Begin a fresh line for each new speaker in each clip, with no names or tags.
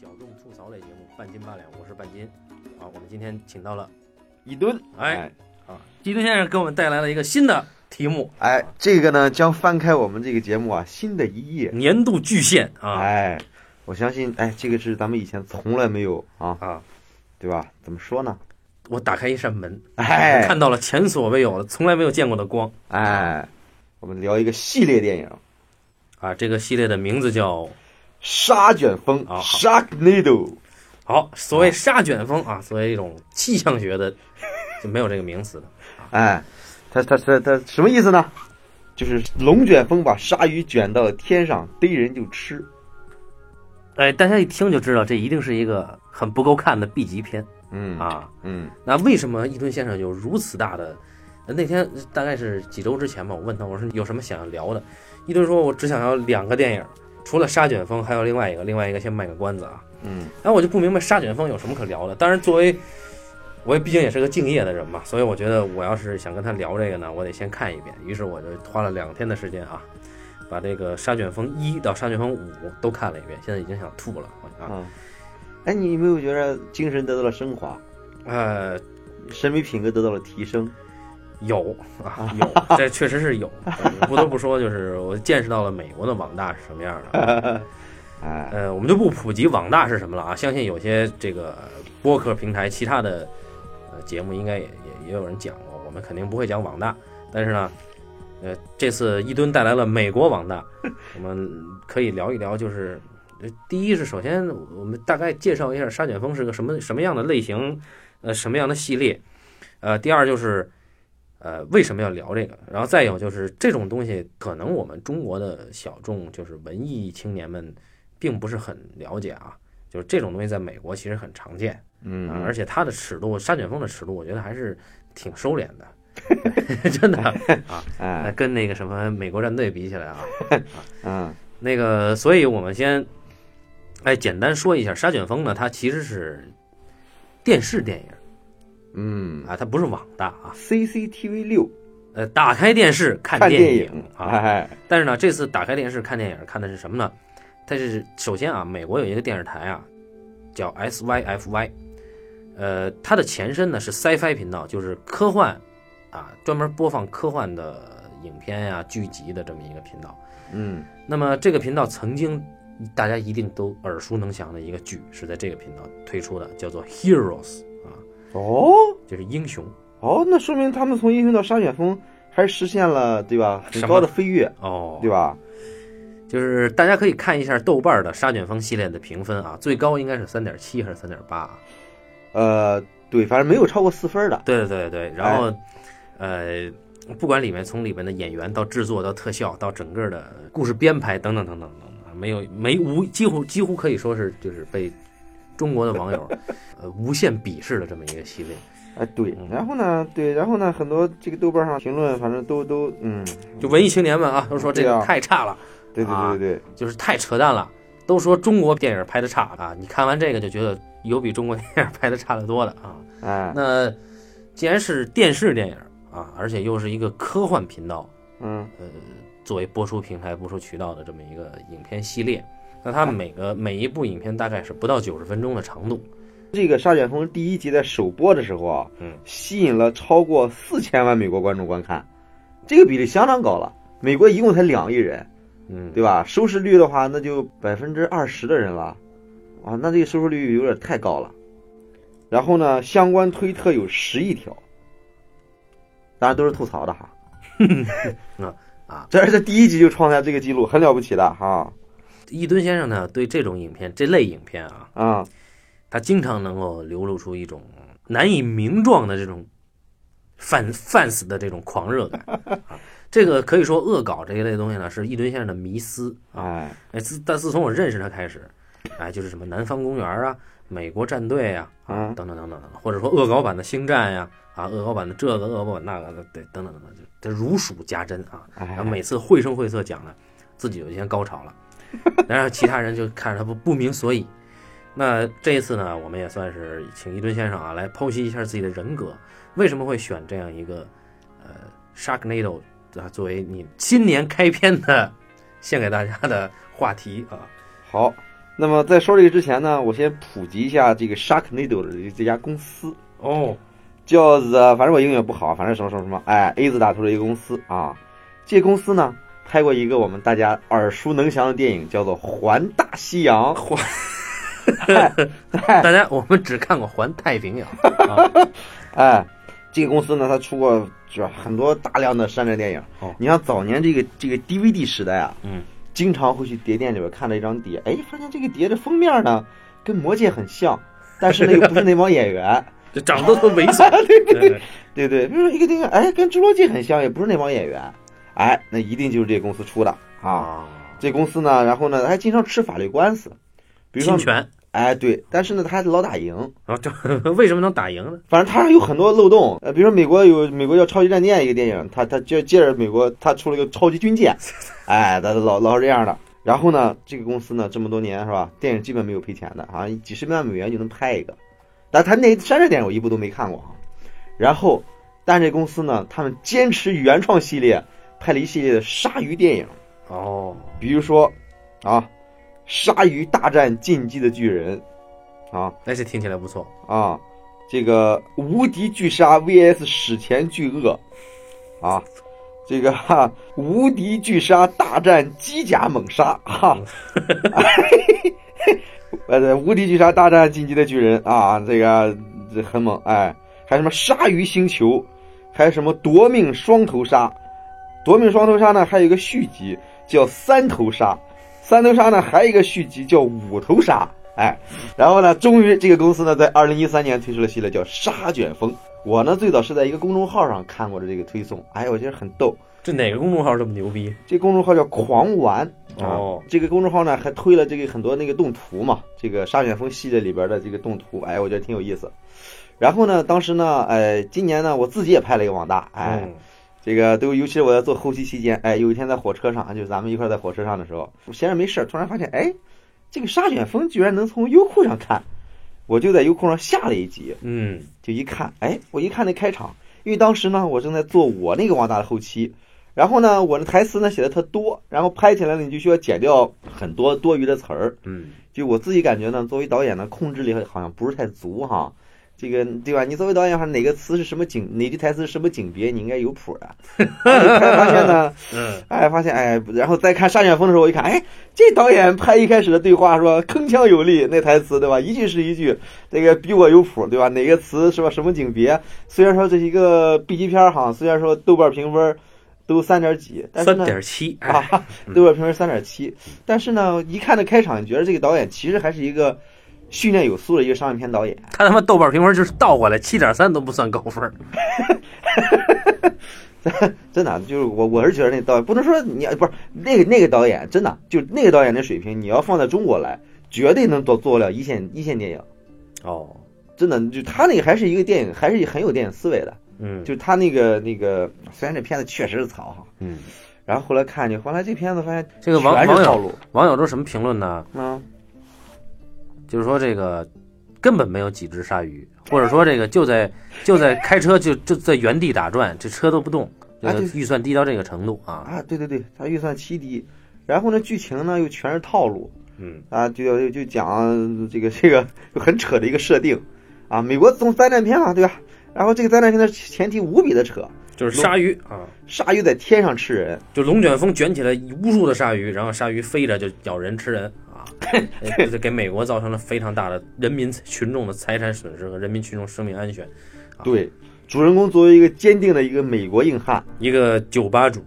小众吐槽类节目《半斤八两》，我是半斤。啊，我们今天请到了
一吨，
哎，啊，基顿先生给我们带来了一个新的题目
哎，这个呢将翻开我们这个节目啊新的
——
一页，
年度巨献啊
哎，我相信，哎，这个是咱们以前从来没有啊，
啊！
对吧？怎么说呢？
我打开一扇门，
哎
看到了前所未有的、从来没有见过的光
哎，我们聊一个系列电影《
啊！这个系列的名字叫
沙卷风
啊》好
（Sharknado）。
好，所谓沙卷风啊，作为一种气象学的，就没有这个名 词的。
哎，它它它它什么意思呢？就是龙卷风把鲨鱼卷到了天上，逮人就吃。
哎，大家一听就知道，这一定是一个很不够看的 B 级片
嗯
啊！
嗯
那为什么伊顿先生有如此大的？呃那天大概是几周之前吧，我问他，我说你有什么想要聊的？伊顿说，我只想要两个电影，除了《沙卷风》，还有另外一个，另外一个先卖个关子啊。
嗯
然后我就不明白《沙卷风》有什么可聊的。当然，作为我也毕竟也是个敬业的人嘛，所以我觉得我要是想跟他聊这个呢，我得先看一遍。于是我就花了两天的时间啊，把这个《沙卷风一》到《沙卷风五》都看了一遍，现在已经想吐了啊。
啊，哎，你有没有觉得精神得到了升华？
呃，
审美品格得到了提升。
有啊，有，这确实是有。不得不说，就是我见识到了美国的网大是什么样的。啊
哎，
呃，我们就不普及网大是什么了啊，相信有些这个播客平台其他的呃节目应该也也也有人讲过，我们肯定不会讲网大。但是呢，呃，这次一吨带来了美国网大，我们可以聊一聊，就是。呃第一是首先，我们大概介绍一下沙卷风是个什么什么样的类型，呃，什么样的系列，呃，第二就是呃，为什么要聊这个？然后再有就是这种东西，可能我们中国的小众，就是文艺青年们，并不是很了解啊。就是这种东西在美国其实很常见，
嗯
啊而且它的尺度，沙卷风的尺度，我觉得还是挺收敛 的，对真的啊，
哎，
跟那个什么美国战队比起来啊，
嗯
那个，所以我们先，哎，简单说一下沙卷风呢，它其实是电视电影
嗯
啊，它不是网大啊，
，CCTV 六
呃，打开电视看
看
电
影，
啊，
哎，
但是呢，这次打开电视看电影看的是什么呢？它是首先啊，美国有一个电视台啊，叫 SYFY，呃，它的前身呢是 Sci-Fi 频道，就是科幻啊，专门播放科幻的影片呀、剧集的这么一个频道。
嗯
那么这个频道曾经大家一定都耳熟能详的一个剧是在这个频道推出的，叫做 Heroes 啊，
哦
就是英雄。
哦，那说明他们从英雄到沙卷风还是实现了对吧很
什么
高的飞跃，
哦，
对吧？
就是大家可以看一下豆瓣的沙卷风系列的评分啊，最高应该是三点七还是三点八啊？
呃，对，反正没有超过四分的。
对对对，然
哎
后，呃，不管里面从里面的演员到制作到特效到整个的故事编排等等等等等等，没有没无几乎几乎可以说是就是被中国的网 友呃无限鄙视的这么一个系列，
哎，对
嗯，
然后呢，对，然后呢，很多这个豆瓣上评论，反正都都嗯，
就文艺青年们啊都说这
对
个
啊
太差了，
对对
啊
对对对，
就是太扯淡了，都说中国电影拍的差啊，你看完这个就觉得有比中国电影拍的差得多的啊。
哎，
那既然是电视电影啊，而且又是一个科幻频道。
嗯
作为播出平台、播出渠道的这么一个影片系列。那它每个每一部影片大概是不到九十分钟的长度，
这个《沙卷风》第一集在首播的时候啊，
嗯，
吸引了超过四千万美国观众观看，这个比例相当高了。美国一共才两亿人，
嗯，
对吧？收视率的话，那就百分之二十的人了，啊，那这个收视率有点太高了。然后呢，相关推特有十亿条，当然都是吐槽 的哈。
啊，
这是第一集就创下这个记录，很了不起的哈
一吨先生呢对这种影片这类影片啊，
啊、
他经常能够流露出一种难以名状的这种犯犯死的这种狂热感啊。这个可以说恶搞这一类东西呢，是一吨先生的迷思啊。
哎，
哎，自但自从我认识他开始，哎，就是什么南方公园啊、美国战队啊，
嗯
等等等等等等，或者说恶搞版的星战呀、啊，恶搞版的这个，恶搞版那个的，对，等等等等，就这如数家珍啊。
哎
然后每次绘声绘色讲的，自己就先高 潮了，然后其他人就看着他不不明所以。那这一次呢，我们也算是请一吨先生啊来剖析一下自己的人格，为什么会选这样一个呃 Sharknado 啊作为你新年开篇的献给大家的话题啊？
好，那么在说这个之前呢，我先普及一下这个 Sharknado 的这家公司，
哦，
叫 The，反正我英语也不好，反正什么什么什么，哎，A 字打头的一个公司啊。这公司呢，拍过一个我们大家耳熟能详的电影，叫做《环大西洋》。
环
哎，哎
大家我们只看过《环太平洋》 啊，
哎，这个公司呢，它出过就是很多大量的山寨电影。
哦
你像早年这个这个 DVD 时代啊，
嗯，
经常会去碟店里边看了一张碟，哎，发现这个碟的封面呢跟魔戒很像，但是呢又不是那帮演员，
这长得都猥琐，对对
对对，比如说一个电影，哎，跟侏罗纪很像，也不是那帮演员，哎，那一定就是这个公司出的啊。
啊，
这公司呢，然后呢还经常吃法律官司，比如
侵
说，
权，
哎，对，但是呢他还老打赢，
然后啊这 为什么能打赢呢？
反正它有很多漏洞，呃，比如说美国有美国叫《超级战舰》一个电影，它它接接着美国它出了一个超级军舰，哎，它老老是这样的。然后呢，这个公司呢这么多年是吧，电影基本没有赔钱的，好像几十万美元就能拍一个。但它那山寨电影我一部都没看过啊。然后，但这公司呢，他们坚持原创系列，拍了一系列的鲨鱼电影，
哦，
比如说啊，《鲨鱼大战进击的巨人》啊，
那这听起来不错，
啊，这个无敌巨鲨 VS 史前巨鳄，啊，这个哈、无敌巨鲨大战机甲猛鲨，哈、 呃，对无敌巨鲨大战进击的巨人啊，这个这很猛，哎，还有什么鲨鱼星球，还有什么夺命双头鲨，夺命双头鲨呢，还有一个续集叫三头鲨，三头鲨呢还有一个续集叫五头鲨，哎，然后呢，终于这个公司呢在二零一三年推出了系列叫鲨卷风。我呢最早是在一个公众号上看过的这个推送，哎，我觉得很逗。
这哪个公众号这么牛逼？
这公众号叫狂玩
哦
啊，这个公众号呢还推了这个很多那个动图嘛，这个沙卷风系列里边的这个动图，哎，我觉得挺有意思。然后呢，当时呢，哎，今年呢，我自己也拍了一个网大，哎，
嗯，
这个都尤其是我在做后期期间，哎，有一天在火车上，就是咱们一块儿在火车上的时候，我闲着没事儿，突然发现，哎，这个沙卷风居然能从优酷上看，我就在优酷上下了一集，
嗯，
就一看，哎，我一看那开场，因为当时呢，我正在做我那个网大的后期，然后呢，我的台词呢写的特多，然后拍起来呢，你就需要剪掉很多多余的词儿，
嗯，
就我自己感觉呢，作为导演呢，控制力好像不是太足哈。这个对吧？你作为导演，哈，哪个词是什么景，哪句台词是什么景别，你应该有谱的。然后你才发现呢，
嗯，
哎，发现哎，然后再看《沙卷风》的时候，我一看，哎，这导演拍一开始的对话是吧，铿锵有力，那台词对吧，一句是一句，这个比我有谱对吧？哪个词是吧，什么景别？虽然说这是一个 B 级片儿哈，虽然说豆瓣评分都三点几，但是
三
呢，
点七，哎，
啊，豆瓣评分三点七。但是呢，一看这开场，你觉得这个导演其实还是一个训练有素的一个商业片导演。
他他妈豆瓣评分就是倒过来，七点三都不算高分。
真的，啊就是我我是觉得那导演不能说你不是那个那个导演，真的就那个导演的水平，你要放在中国来，绝对能做做得了一线一线电影。
哦，
真的，就他那个还是一个电影，还是很有电影思维的。
嗯，
就他那个那个，虽然这片子确实是草哈，
嗯，
然后后来看去，后来这片子发现
这个网
全
网
是套
友
路，
网友都什么评论呢？
嗯，
就是说这个根本没有几只鲨鱼，或者说这个就在就在开车就就在原地打转，这车都不动，这
啊
个
对
预算低到这个程度啊，
啊，对对对，他预算极低，然后呢，剧情呢又全是套路，
嗯，
啊，就就就讲这个这个 就很扯的一个设定，啊，美国从灾难片嘛，对吧？然后这个灾难片的前提无比的扯，
就是鲨鱼啊。
鲨鱼在天上吃人，
就龙卷风卷起来无数的鲨鱼，然后鲨鱼飞着就咬人吃人 啊，呃这给美国造成了非常大的人民群众的财产损失和人民群众生命安全。啊
对，主人公作为一个坚定的一个美国硬汉，
一个酒吧主，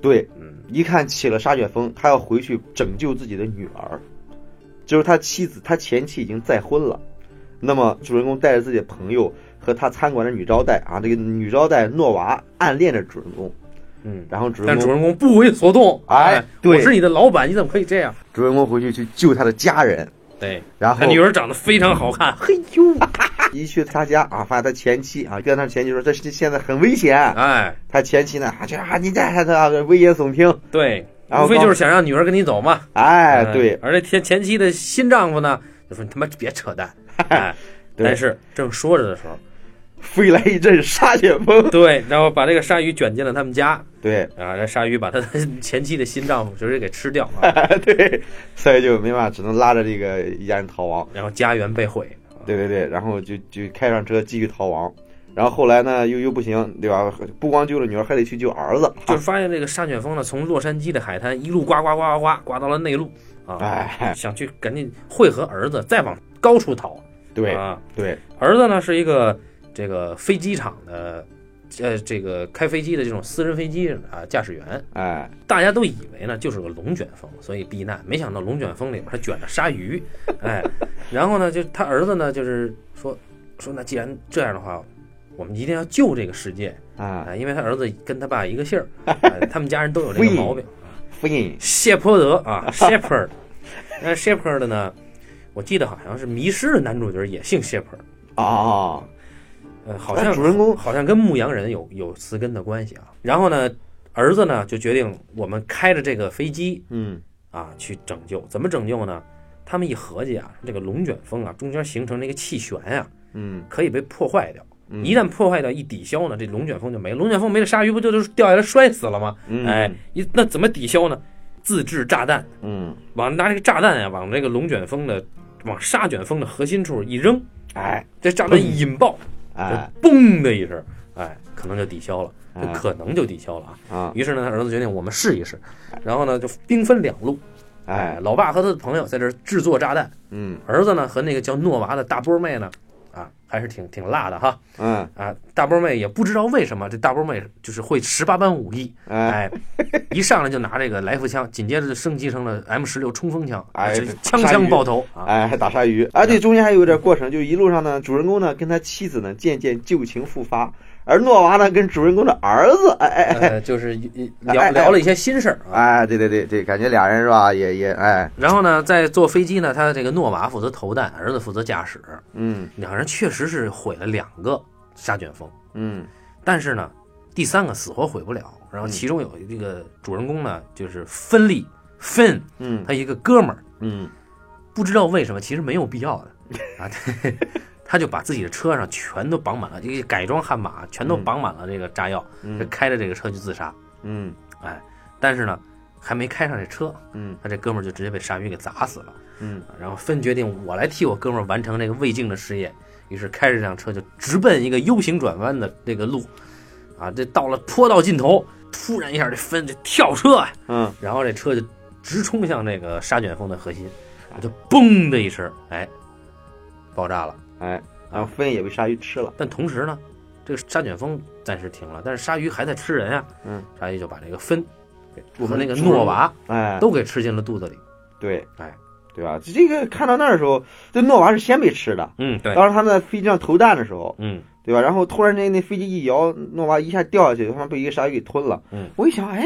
对，
嗯，
一看起了沙卷风，他要回去拯救自己的女儿，就是他妻子，他前妻已经再婚了。那么主人公带着自己的朋友和他餐馆的女招待啊，这个女招待诺娃暗恋着主人公，
嗯
然后主人
但主
公
人公不为所动，
哎对
我是你的老板，你怎么可以这样？
主人公回去去救他的家人，
对，
然
他
后
女儿长得非常好看，嘿呦，
一去他家啊，发现他前妻啊，跟他前妻说这是现在很危险，
哎，
他前妻呢啊就啊你这还他危言耸听，
对，
然后
无非
告
就是想让女儿跟你走嘛。
哎
嗯
对，
而这前前妻的新丈夫呢，就说你他妈别扯淡，哎，
对
但是正说着的时候，
飞来一阵沙旋风。
对，然后把这个鲨鱼卷进了他们家
对
啊，让鲨鱼把他的 前妻的心脏直接给吃掉
哎
啊，
对，所以就没办法，只能拉着这个一家人逃亡。
然后家园被毁。
对对对，然后就就开上车继续逃亡。然后后来呢，又又不行，对吧？不光救了女儿，还得去救儿子。
就是发现这个沙卷风呢，从洛杉矶的海滩一路刮刮刮刮刮刮到了内陆啊，
哎，
想去赶紧会合儿子，再往高处逃。
对
啊，
对，
儿子呢是一个这个飞机场的，呃，这个开飞机的这种私人飞机啊驾驶员。
哎，
大家都以为呢就是个龙卷风，所以避难。没想到龙卷风里边它卷着鲨鱼， 哎，然后呢，就他儿子呢，就是说说那既然这样的话，我们一定要救这个世界啊、
啊，
因为他儿子跟他爸一个姓儿、 哎他们家人都有这个毛病。
飞，
谢泼德 啊，Shepherd，那 Shepherd 呢，我记得好像是《迷失》的男主角也姓 Shepherd，
啊，
呃，好像
哎主人公
好像跟牧羊人有有词根的关系啊。然后呢，儿子呢就决定我们开着这个飞机
嗯，
啊去拯救。怎么拯救呢？他们一合计啊，这个龙卷风啊，中间形成那个气旋啊，
嗯，
可以被破坏掉。
嗯
一旦破坏掉一抵消呢，这龙卷风就没了。龙卷风没了，鲨鱼不就都掉下来摔死了吗？
嗯
哎，，一那怎么抵消呢？自制炸弹，
嗯，
往拿这个炸弹啊，往这个龙卷风的，往沙卷风的核心处一扔，
哎，
这炸弹一引爆，
哎，
就嘣的一声，哎，可能就抵消了，这
哎
可能就抵消了啊。
啊，
于是呢，他儿子决定我们试一试，然后呢就兵分两路，哎
哎，，
老爸和他的朋友在这儿制作炸弹，
嗯，
儿子呢和那个叫诺娃的大波妹呢，啊，还是挺挺辣的哈
嗯，
啊，大波妹也不知道为什么这大波妹就是会十八般武艺，
哎，
哎，一上来就拿这个来福枪，紧接着就升级成了 M 十六冲锋枪，啊
哎
这
这
枪枪爆头啊，
哎，还打鲨鱼，啊，对，中间还有一点过程，就是一路上呢，主人公呢跟他妻子呢渐渐旧情复发，而诺娃呢跟主人公的儿子，哎哎哎，
呃，就是一一
哎
聊
哎
聊了一些心事儿啊。
哎，对对对对，感觉俩人是吧，也也哎，
然后呢，在坐飞机呢，他这个诺娃负责投弹，儿子负责驾驶，
嗯
两人确实是毁了两个沙卷风。
嗯
但是呢，第三个死活毁不了。然后其中有这个主人公呢，就是芬利芬，
嗯
他一个哥们儿，
嗯，
不知道为什么，其实没有必要的啊， 他他就把自己的车上全都绑满了，这个改装悍马全都绑满了这个炸药，就
嗯
开着这个车去自杀。
嗯
但是呢，还没开上这车，
嗯
他这哥们儿就直接被鲨鱼给砸死了。
嗯，
啊然后芬决定我来替我哥们儿完成这个未竟的事业，于是开着这辆车就直奔一个 U 型转弯的那个路，啊，这到了坡道尽头，突然一下这芬就跳车啊，
嗯，
然后这车就直冲向这个沙卷风的核心，就嘣的一声，哎，爆炸了。
哎，然后芬也被鲨鱼吃了，
但同时呢，这个沙卷风暂时停了，但是鲨鱼还在吃人啊，
嗯，
鲨鱼就把这个芬
我
和
们
那个诺娃
哎，
都给吃进了肚子里。
对，
哎，
对吧？这个看到那儿的时候，这诺娃是先被吃的。
嗯，对，
当时他们在飞机上投弹的时候，
嗯，
对吧？然后突然间那飞机一摇，诺娃一下掉下去，他妈被一个鲨鱼给吞了。
嗯，
我一想，哎，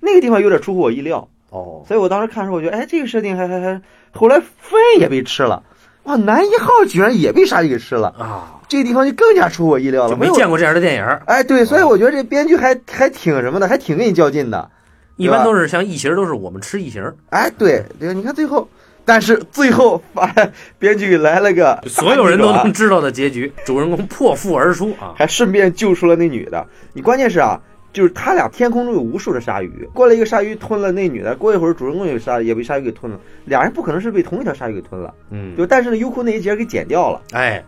那个地方有点出乎我意料，
哦，
所以我当时看的时候，我觉得，哎，这个设定还还还。后来粪也被吃了，哇，男一号居然也被鲨鱼给吃了，
啊，
这个地方就更加出乎我意料了，
就没
有。
见过哦这样的电影儿。
哎，对，所以我觉得这编剧还还挺什么的，还挺跟你较劲的。
一般都是像异形，都是我们吃异形，
哎，对，对，你看最后，但是最后把 编剧来了个
所有 人都
大逆转
能知道的结局，主人公破腹而出啊！
还顺便救出了那女的。你关键是啊，就是他俩天空中有无数的鲨鱼，过来一个鲨鱼吞了那女的，过一会儿主人公也鲨也被鲨鱼给吞了，俩人不可能是被同一条鲨鱼给吞了。
嗯，
就但是呢，优酷那一节给剪掉了。
哎，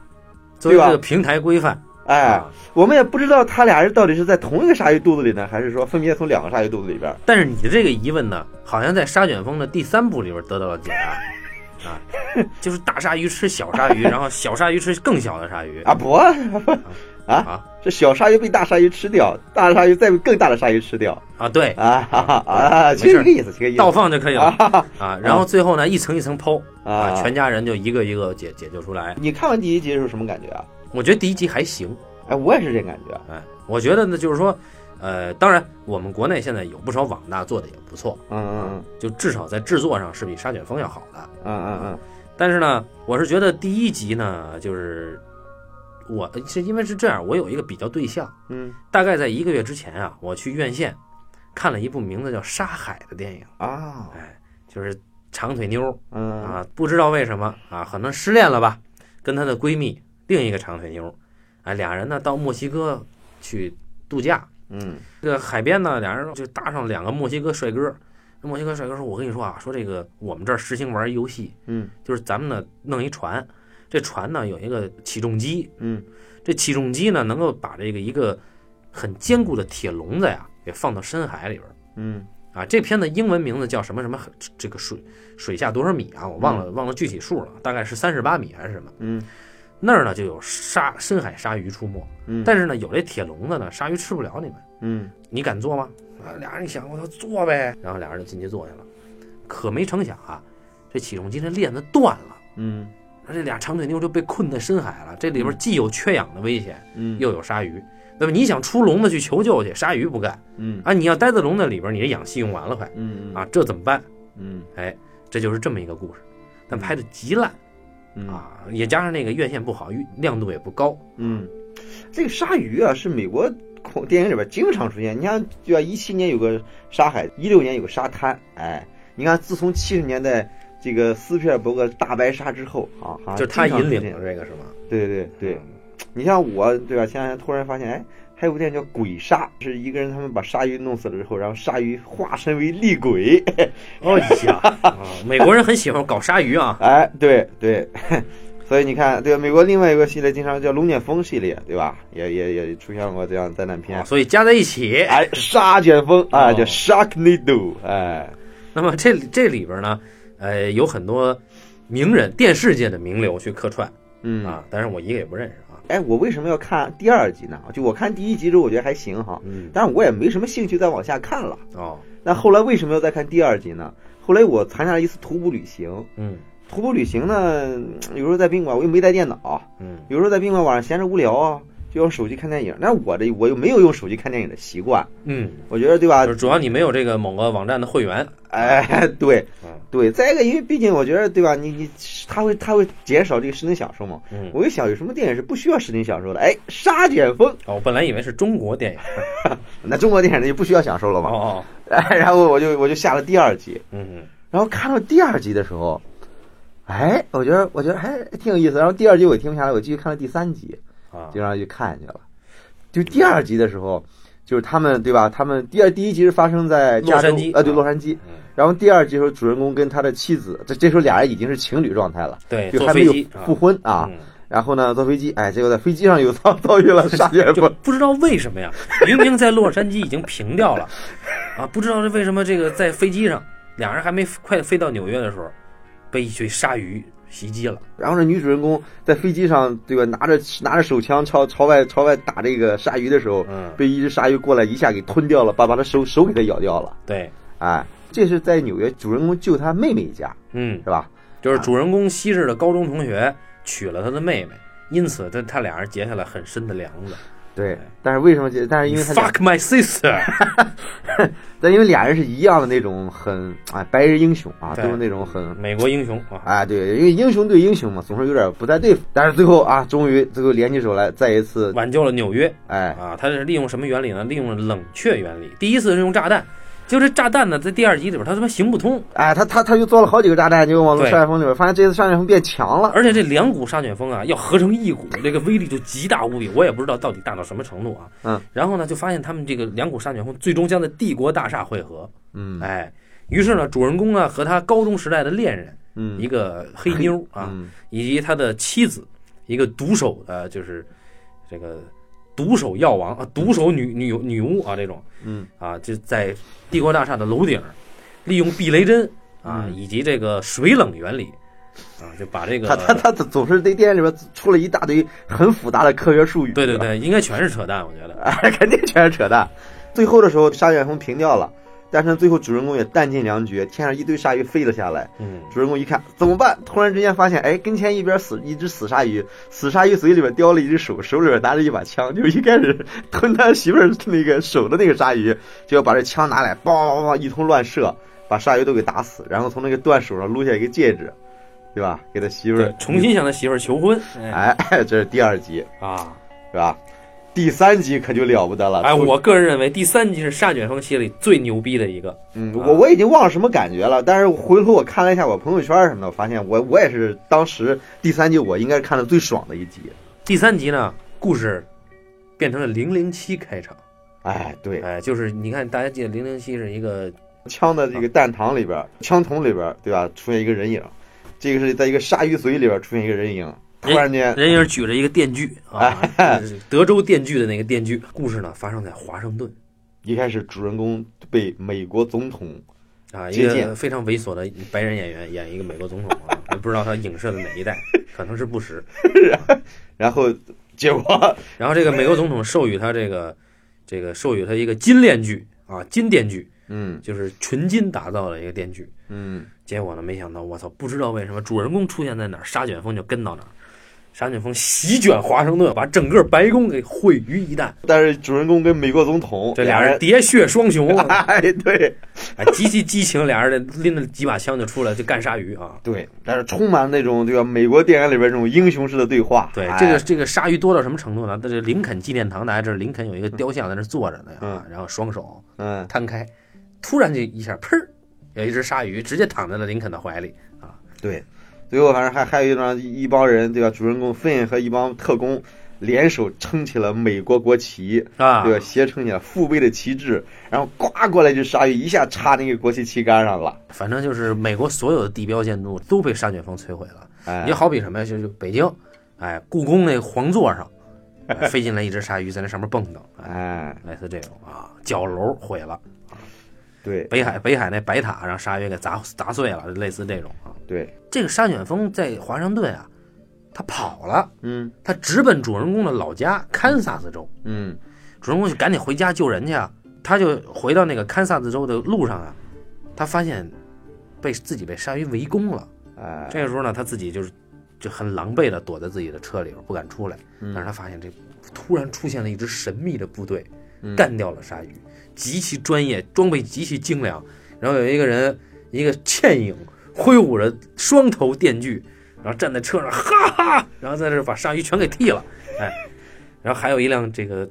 作为
对吧
这个平台规范，
哎，
啊，
我们也不知道他俩人到底是在同一个鲨鱼肚子里呢，还是说分别从两个鲨鱼肚子里边儿？
但是你的这个疑问呢，好像在《沙卷风》的第三部里边得到了解答 啊，就是大鲨鱼吃小 鲨鱼，然后小鲨鱼吃更小的鲨鱼
啊不，
啊
是小鲨鱼被大鲨鱼吃掉，大鲨鱼再被更大的鲨鱼吃掉
啊，对，
啊哈哈啊！
没
就
事
这
儿
个意思，这个意
倒
思
放就可以了啊。然后最后呢，一层一层剖啊，
啊。
全家人就一个一个解解救出来。
你看完第一集的时候什么感觉啊？
我觉得第一集还行。
哎，我也是这感觉。
哎，我觉得呢，就是说，呃，当然，我们国内现在有不少网大做的也不错，
嗯嗯
就至少在制作上是比《沙卷风》要好的。
嗯嗯嗯
但是呢，我是觉得第一集呢，就是我是因为是这样，我有一个比较对象，
嗯
大概在一个月之前啊，我去院线看了一部名字叫《沙海》的电影，
嗯啊。
哎，就是长腿妞
嗯
啊，不知道为什么啊，可能失恋了吧，跟她的闺蜜另一个长腿妞哎，俩人呢到墨西哥去度假，
嗯
这个海边呢，俩人就搭上两个墨西哥帅哥。那墨西哥帅哥说：“我跟你说啊，说这个我们这儿实行玩游戏，
嗯
就是咱们呢弄一船，这船呢有一个起重机，
嗯
这起重机呢能够把这个一个很坚固的铁笼子呀给放到深海里边。”
嗯
啊，这片的英文名字叫什么什么？这个水水下多少米啊？我忘了，忘了具体数了，大概是三十八米还是什么？
嗯
那儿呢就有鲨深海鲨鱼出没，
嗯，
但是呢有这铁笼子呢，鲨鱼吃不了你们，
嗯
你敢坐吗？啊，俩人一想，我操，坐呗。然后俩人就进去坐下了，可没成想啊，这起重机这链子断了，
嗯
而这俩长腿妞就被困在深海了。这里边既有缺氧的危险，
嗯
又有鲨鱼。那么你想出笼子去求救去，鲨鱼不干
嗯
啊！你要待在笼子里边，你这氧气用完了快
嗯
啊，这怎么办？哎
嗯
这就是这么一个故事，但拍的极烂
嗯
啊，也加上那个院线不好，预亮度也不高。
嗯，这个鲨鱼啊，是美国恐电影里边经常出现。你看，对吧？一七年有个沙海，一六年有个沙滩，哎，你看，自从七十年代这个斯皮尔伯格《大白鲨》之后啊，好像
就是他
经常
引领
出现
的这个是吗？
对对对，，你像我，对吧？前两天突然发现，哎，还有部电影叫《鬼鲨》，是一个人他们把鲨鱼弄死了之后，然后鲨鱼化身为厉鬼。
哦 呀，啊美国人很喜欢搞鲨鱼啊，
哎，对对，所以你看，对吧？美国另外一个系列经常叫《龙卷风》系列，对吧？也也也出现过这样灾难片
啊。所以加在一起，
哎，沙卷风
哦
啊，叫 Sharknado，哎，
那么这这里边呢，呃，有很多名人，电视界的名流去客串
嗯，
啊，但是我一个也不认识啊。
哎，我为什么要看第二集呢？就我看第一集之后，我觉得还行哈，
嗯，
但是我也没什么兴趣再往下看了。
哦，
那后来为什么要再看第二集呢？后来我参加了一次徒步旅行，
嗯
徒步旅行呢，嗯有时候在宾馆我又没带电脑，
嗯
有时候在宾馆晚上闲着无聊啊，就用手机看电影。那我这我又没有用手机看电影的习惯，
嗯，
我觉得对吧
就？是主要你没有这个某个网站的会员，
哎，对
嗯
对，再一个，因为毕竟我觉得对吧？你你他会他会减少这个视听享受嘛。
嗯，
我一想，有什么电影是不需要视听享受的？哎，《沙卷风》，
哦，我本来以为是中国电影，
那中国电影那就不需要享受了
哦
嘛。
哦，
哎， 然后我就我就下了第二集，
嗯
然后看到第二集的时候，哎，我觉得我觉得还挺有意思。然后第二集我也听不下来，我继续看了第三集，
嗯啊
就，让他去看下去了。就第二集的时候，就是他们对吧？他们第二第一集是发生在加州
洛杉矶
啊，对，
啊
洛杉矶。
嗯
然后第二集的时候，主人公跟他的妻子，这这时候俩人已经是情侣状态了，
对，哎
就
坐
还没
飞
有
机
复婚啊。
嗯
然后呢，坐飞机，哎，结果在飞机上又遭 遭遇了杀人
就
魔。
不知道为什么呀，明明在洛杉矶已经平掉 了，啊，不知道是为什么这个在飞机上，俩人还没快飞到纽约的时候，被一群鲨鱼袭击了。
然后呢，女主人公在飞机上，对吧，拿着拿着手枪朝朝外朝外打这个鲨鱼的时候，
嗯，
被一只鲨鱼过来一下给吞掉了，把把他手手给他咬掉了。
对，
哎，这是在纽约，主人公救他妹妹一家，
嗯，
是吧？
就是主人公昔日的高中同学娶了他的妹妹，因此他他俩人结下了很深的梁子。
对，但是为什么这？但是因为他俩，
哎 fuck my sister，
但因为俩人是一样的那种很哎白人英雄啊，
对
都是那种很
美国英雄啊，
啊，对，因为英雄对英雄嘛，总是有点不太对付。但是最后啊，终于最后联起手来，再一次
挽救了纽约
哎，
啊。他是利用什么原理呢？利用了冷却原理。第一次是用炸弹，就这炸弹呢，在第二集里边他他妈行不通，
哎，他他他就做了好几个炸弹，结果往
对
上旋风里边，发现这次上旋风变强了。
而且这两股杀卷风啊，要合成一股，这个威力就极大无比。我也不知道到底大到什么程度啊。
嗯。
然后呢，就发现他们这个两股杀卷风最终将在帝国大厦汇合。
嗯
哎，于是呢，主人公啊呢和他高中时代的恋人，
嗯
一个黑妞啊，
嗯
以及他的妻子，一个毒手呃，就是这个毒手药王啊，毒手女女女巫啊这种
嗯
啊，就在帝国大厦的楼顶，利用避雷针啊
嗯
以及这个水冷原理啊，就把这个
他他他总是对电影里边出了一大堆很复杂的科学术语。
对对
吧，
对，应该全是扯淡，我觉得。
哎，肯定全是扯淡。最后的时候，鲨卷风平掉了，但是最后主人公也弹尽粮绝，天上一堆鲨鱼飞了下来。
嗯，
主人公一看怎么办？突然之间发现，哎，跟前一边死一只死鲨鱼，死鲨鱼嘴里边叼了一只手，手里边拿着一把枪，就一开始 吞他媳妇儿那个手的那个鲨鱼，就要把这枪拿来，梆梆梆梆一通乱射，把鲨鱼都给打死，然后从那个断手上撸下一个戒指，对吧？给他媳妇儿
对，重。新向他媳妇儿求婚。哎
哎，这是第二集，
啊，
是吧？第三集可就了不得了。
哎，
从
我个人认为第三集是沙卷风系列里最牛逼的一个。
嗯，
啊
我我已经忘了什么感觉了，但是回头我看了一下我朋友圈什么的，我发现我我也是当时第三集我应该是看的最爽的一集。
第三集呢，故事变成了零零七开场。
哎，对，
哎，就是你看，大家记得零零七是一个
枪的这个弹膛里边，枪筒里边，对吧？出现一个人影，这个是在一个鲨鱼嘴里边出现一个人影，突然间，
人影举着一个电锯啊，就是德州电锯的那个电锯。故事呢发生在华盛顿
一开始主人公被美国总统
啊，一
接近
个非常猥琐的白人演员演一个美国总统啊，也不知道他影射的哪一代，可能是布什。
然后结果
然后这个美国总统授予他这个这个授予他一个金链锯啊，金电锯，
嗯
就是纯金打造的一个电锯。
嗯，
结果呢，没想到我操，不知道为什么主人公出现在哪儿，沙卷风就跟到哪儿，沙卷风席卷华盛顿，把整个白宫给毁于一旦。
但是主人公跟美国总统
这俩
俩，
人，喋血双雄啊
哎，对
哎，极其激情，俩人拎着几把枪就出来就干鲨鱼啊。
对，但是充满那种对吧？美国电影里边这种英雄式的对话，
对，
哎
这个这个鲨鱼多到什么程度呢？在这林肯纪念堂，大家知道林肯有一个雕像在那儿坐着呢啊，然后双手
嗯，
摊开，突然就一下，砰儿，有一只鲨鱼直接躺在了林肯的怀里。
对，最后反正还还有一张一帮人对吧？主人公芬和一帮特工联手撑起了美国国旗，
啊，
对吧？斜撑起来父辈的旗帜，然后呱过来一只鲨鱼，一下插那个国旗旗杆上了。
反正就是美国所有的地标建筑都被沙卷风摧毁了。
哎
也，好比什么呀，就是北京，哎，故宫那皇座 上、哎飞进来一只鲨鱼，在那上面蹦跶，哎，
哎，
类似这种啊，角楼毁了，
对
北海北海那白塔让鲨鱼给砸砸碎了，类似这种啊。
对，
这个沙卷风在华盛顿啊，他跑了，
嗯
他直奔主人公的老家堪萨斯州，
嗯
主人公就赶紧回家救人去啊，他就回到那个堪萨斯州的路上啊，他发现被自己被鲨鱼围攻了。
哎，
这个时候呢，他自己就是就很狼狈的躲在自己的车里边，不敢出来。
嗯
但是他发现这突然出现了一支神秘的部队，
嗯
干掉了鲨鱼，极其专业，装备极其精良。然后有一个人，一个倩影，挥舞着双头电锯，然后站在车上，哈哈，然后在这把鲨鱼全给剃了，哎，然后还有一辆这个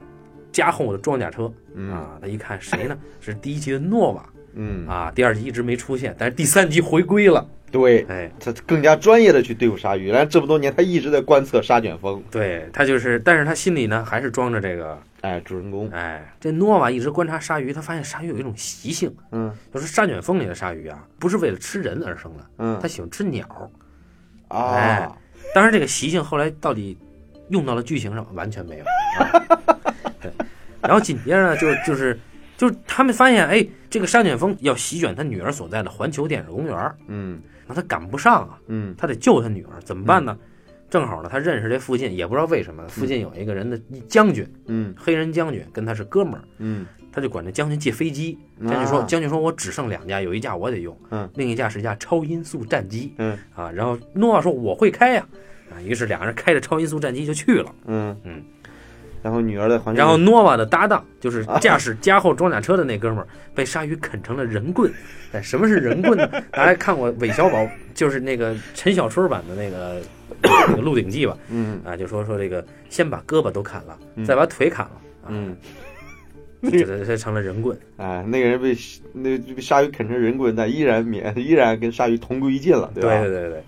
加厚的装甲车
嗯
啊，他一看谁呢？是第一集的诺瓦
嗯，
啊，第二集一直没出现，但是第三集回归了，
对。
哎，
他更加专业的去对付鲨鱼，然后这么多年他一直在观测沙卷风。
对他就是，但是他心里呢还是装着这个，
哎，主人公，
哎，这诺瓦一直观察鲨鱼，他发现鲨鱼有一种习性，
嗯
就是沙卷风里的鲨鱼啊，不是为了吃人而生的，
嗯
它喜欢吃鸟。哎
啊，
当然，这个习性后来到底用到了剧情上完全没有。啊、对，然后紧接着呢，就就是就是他们发现，哎，这个沙卷风要席卷他女儿所在的环球电影公园儿，
嗯
那他赶不上啊，
嗯
他得救他女儿，怎么办呢？正好呢，他认识这附近，也不知道为什么，附近有一个人的一将军。
嗯
黑人将军跟他是哥们儿，
嗯
他就管这将军借飞机。将军说：“
啊
将军说我只剩两架，有一架我得用，
嗯，
另一架是一架超音速战机
嗯
啊。”然后诺瓦说：“我会开呀、啊！”于是两人开着超音速战机就去了。
嗯
嗯，
然后女儿在环球，
然后诺瓦的搭档就是驾驶加厚装甲车的那哥们儿，被鲨鱼啃成了人棍。哎，什么是人棍 呢？大家看过韦小宝，就是那个陈小春版的那 个那个《鹿鼎记》吧？
嗯
啊，就说说这个，先把胳膊都砍了，
嗯
再把腿砍了，啊，
嗯，
这这这成了人棍。
哎，那个人被那被鲨鱼啃成人棍，但依然免依然跟鲨鱼同归于尽了，对吧？
对对对。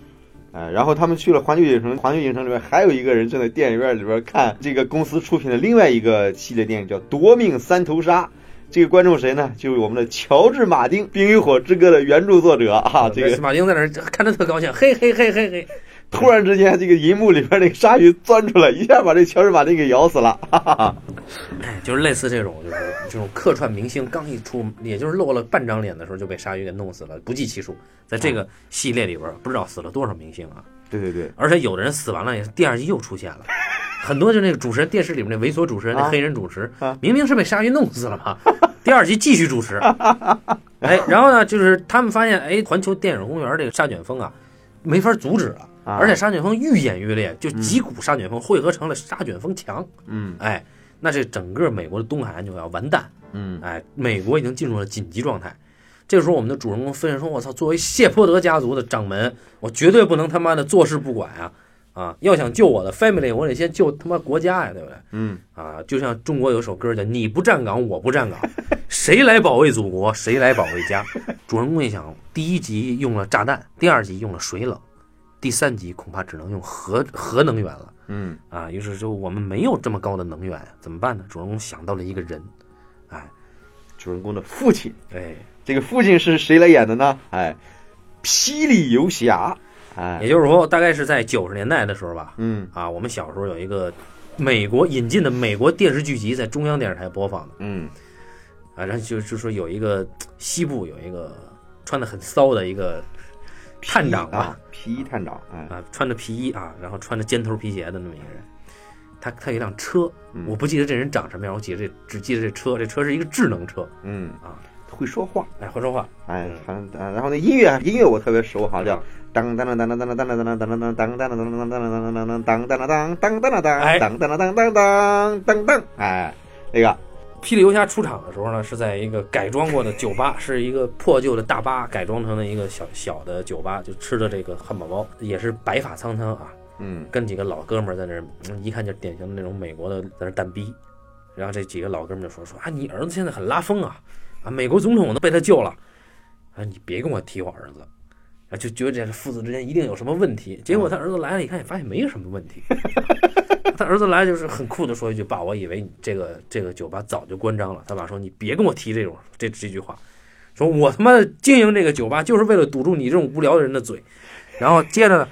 哎，然后他们去了环球影城，环球影城里面还有一个人正在电影院里边看这个公司出品的另外一个系列电影，叫《夺命三头鲨》。这个观众谁呢？就是我们的乔治·马丁，《冰与火之歌》的原著作者啊。这个
马丁在那儿看着特高兴，嘿嘿嘿嘿嘿，
突然之间，这个银幕里边那个鲨鱼钻出来，一下把这乔治·马丁给咬死了。哈哈哈。
哎，就是类似这种，就是这种客串明星刚一出，也就是露了半张脸的时候就被鲨鱼给弄死了，不计其数。在这个系列里边，不知道死了多少明星啊！
对对对，
而且有的人死完了，也是第二集又出现了，很多就那个主持人，电视里面那猥琐主持人，那
啊
黑人主持
啊，
明明是被鲨鱼弄死了嘛，第二集继续主持。哎，然后呢，就是他们发现，哎，环球电影公园这个沙卷风啊，没法阻止了。
啊
而且沙卷风愈演愈烈，就几股沙卷风汇合成了沙卷风墙。
嗯
哎，那这整个美国的东海岸就要完蛋。
嗯
哎，美国已经进入了紧急状态。这个时候，我们的主人公芬恩说：“我操，作为谢泼德家族的掌门，我绝对不能他妈的坐视不管啊！啊，要想救我的 family，我得先救他妈国家呀，对不对？
嗯，
啊，就像中国有首歌叫‘你不站岗，我不站岗’， 谁来保卫祖国，谁来保卫家。”主人公一想，第一集用了炸弹，第二集用了水冷，第三集恐怕只能用核核能源了。
嗯
啊，于是就我们没有这么高的能源，怎么办呢？主人公想到了一个人，哎
主人公的父亲，
哎，
这个父亲是谁来演的呢？哎，霹雳游侠，哎，
也就是说，大概是在九十年代的时候吧，
嗯
啊，我们小时候有一个美国引进的美国电视剧集，在中央电视台播放的
嗯
啊，然后就就说有一个西部有一个穿的很骚的一个探长吧
啊，皮衣探长，哎，
啊，穿着皮衣啊，然后穿着尖头皮鞋的那么一个人，他他有一辆车，
嗯
我不记得这人长什么样，我记得这只记得这车，这车是一个智能车，
嗯
啊，
会说话，
哎，会说话，
哎
嗯，
反正啊然后那音乐音乐我特别熟，好像叫当当当当当当当当当当当当当当当当当当当当当当当当当当当当当当当当当当当，哎，那个，
霹雳游侠出场的时候呢，是在一个改装过的酒吧，是一个破旧的大巴改装成了一个小小的酒吧，就吃着这个汉堡包，也是白发苍苍啊，
嗯
跟几个老哥们儿在那儿，嗯一看就是典型的那种美国的在那儿蛋逼。然后这几个老哥们儿就说说啊，你儿子现在很拉风啊，啊，美国总统都被他救了，啊，你别跟我提我儿子。啊，就觉得这父子之间一定有什么问题。结果他儿子来了，一看也发现没有什么问题。 他儿子来就是很酷的说一句：“爸，我以为你这个这个酒吧早就关张了。”他爸说：“你别跟我提这种这这句话，说我他妈经营这个酒吧就是为了堵住你这种无聊的人的嘴。”然后接着呢，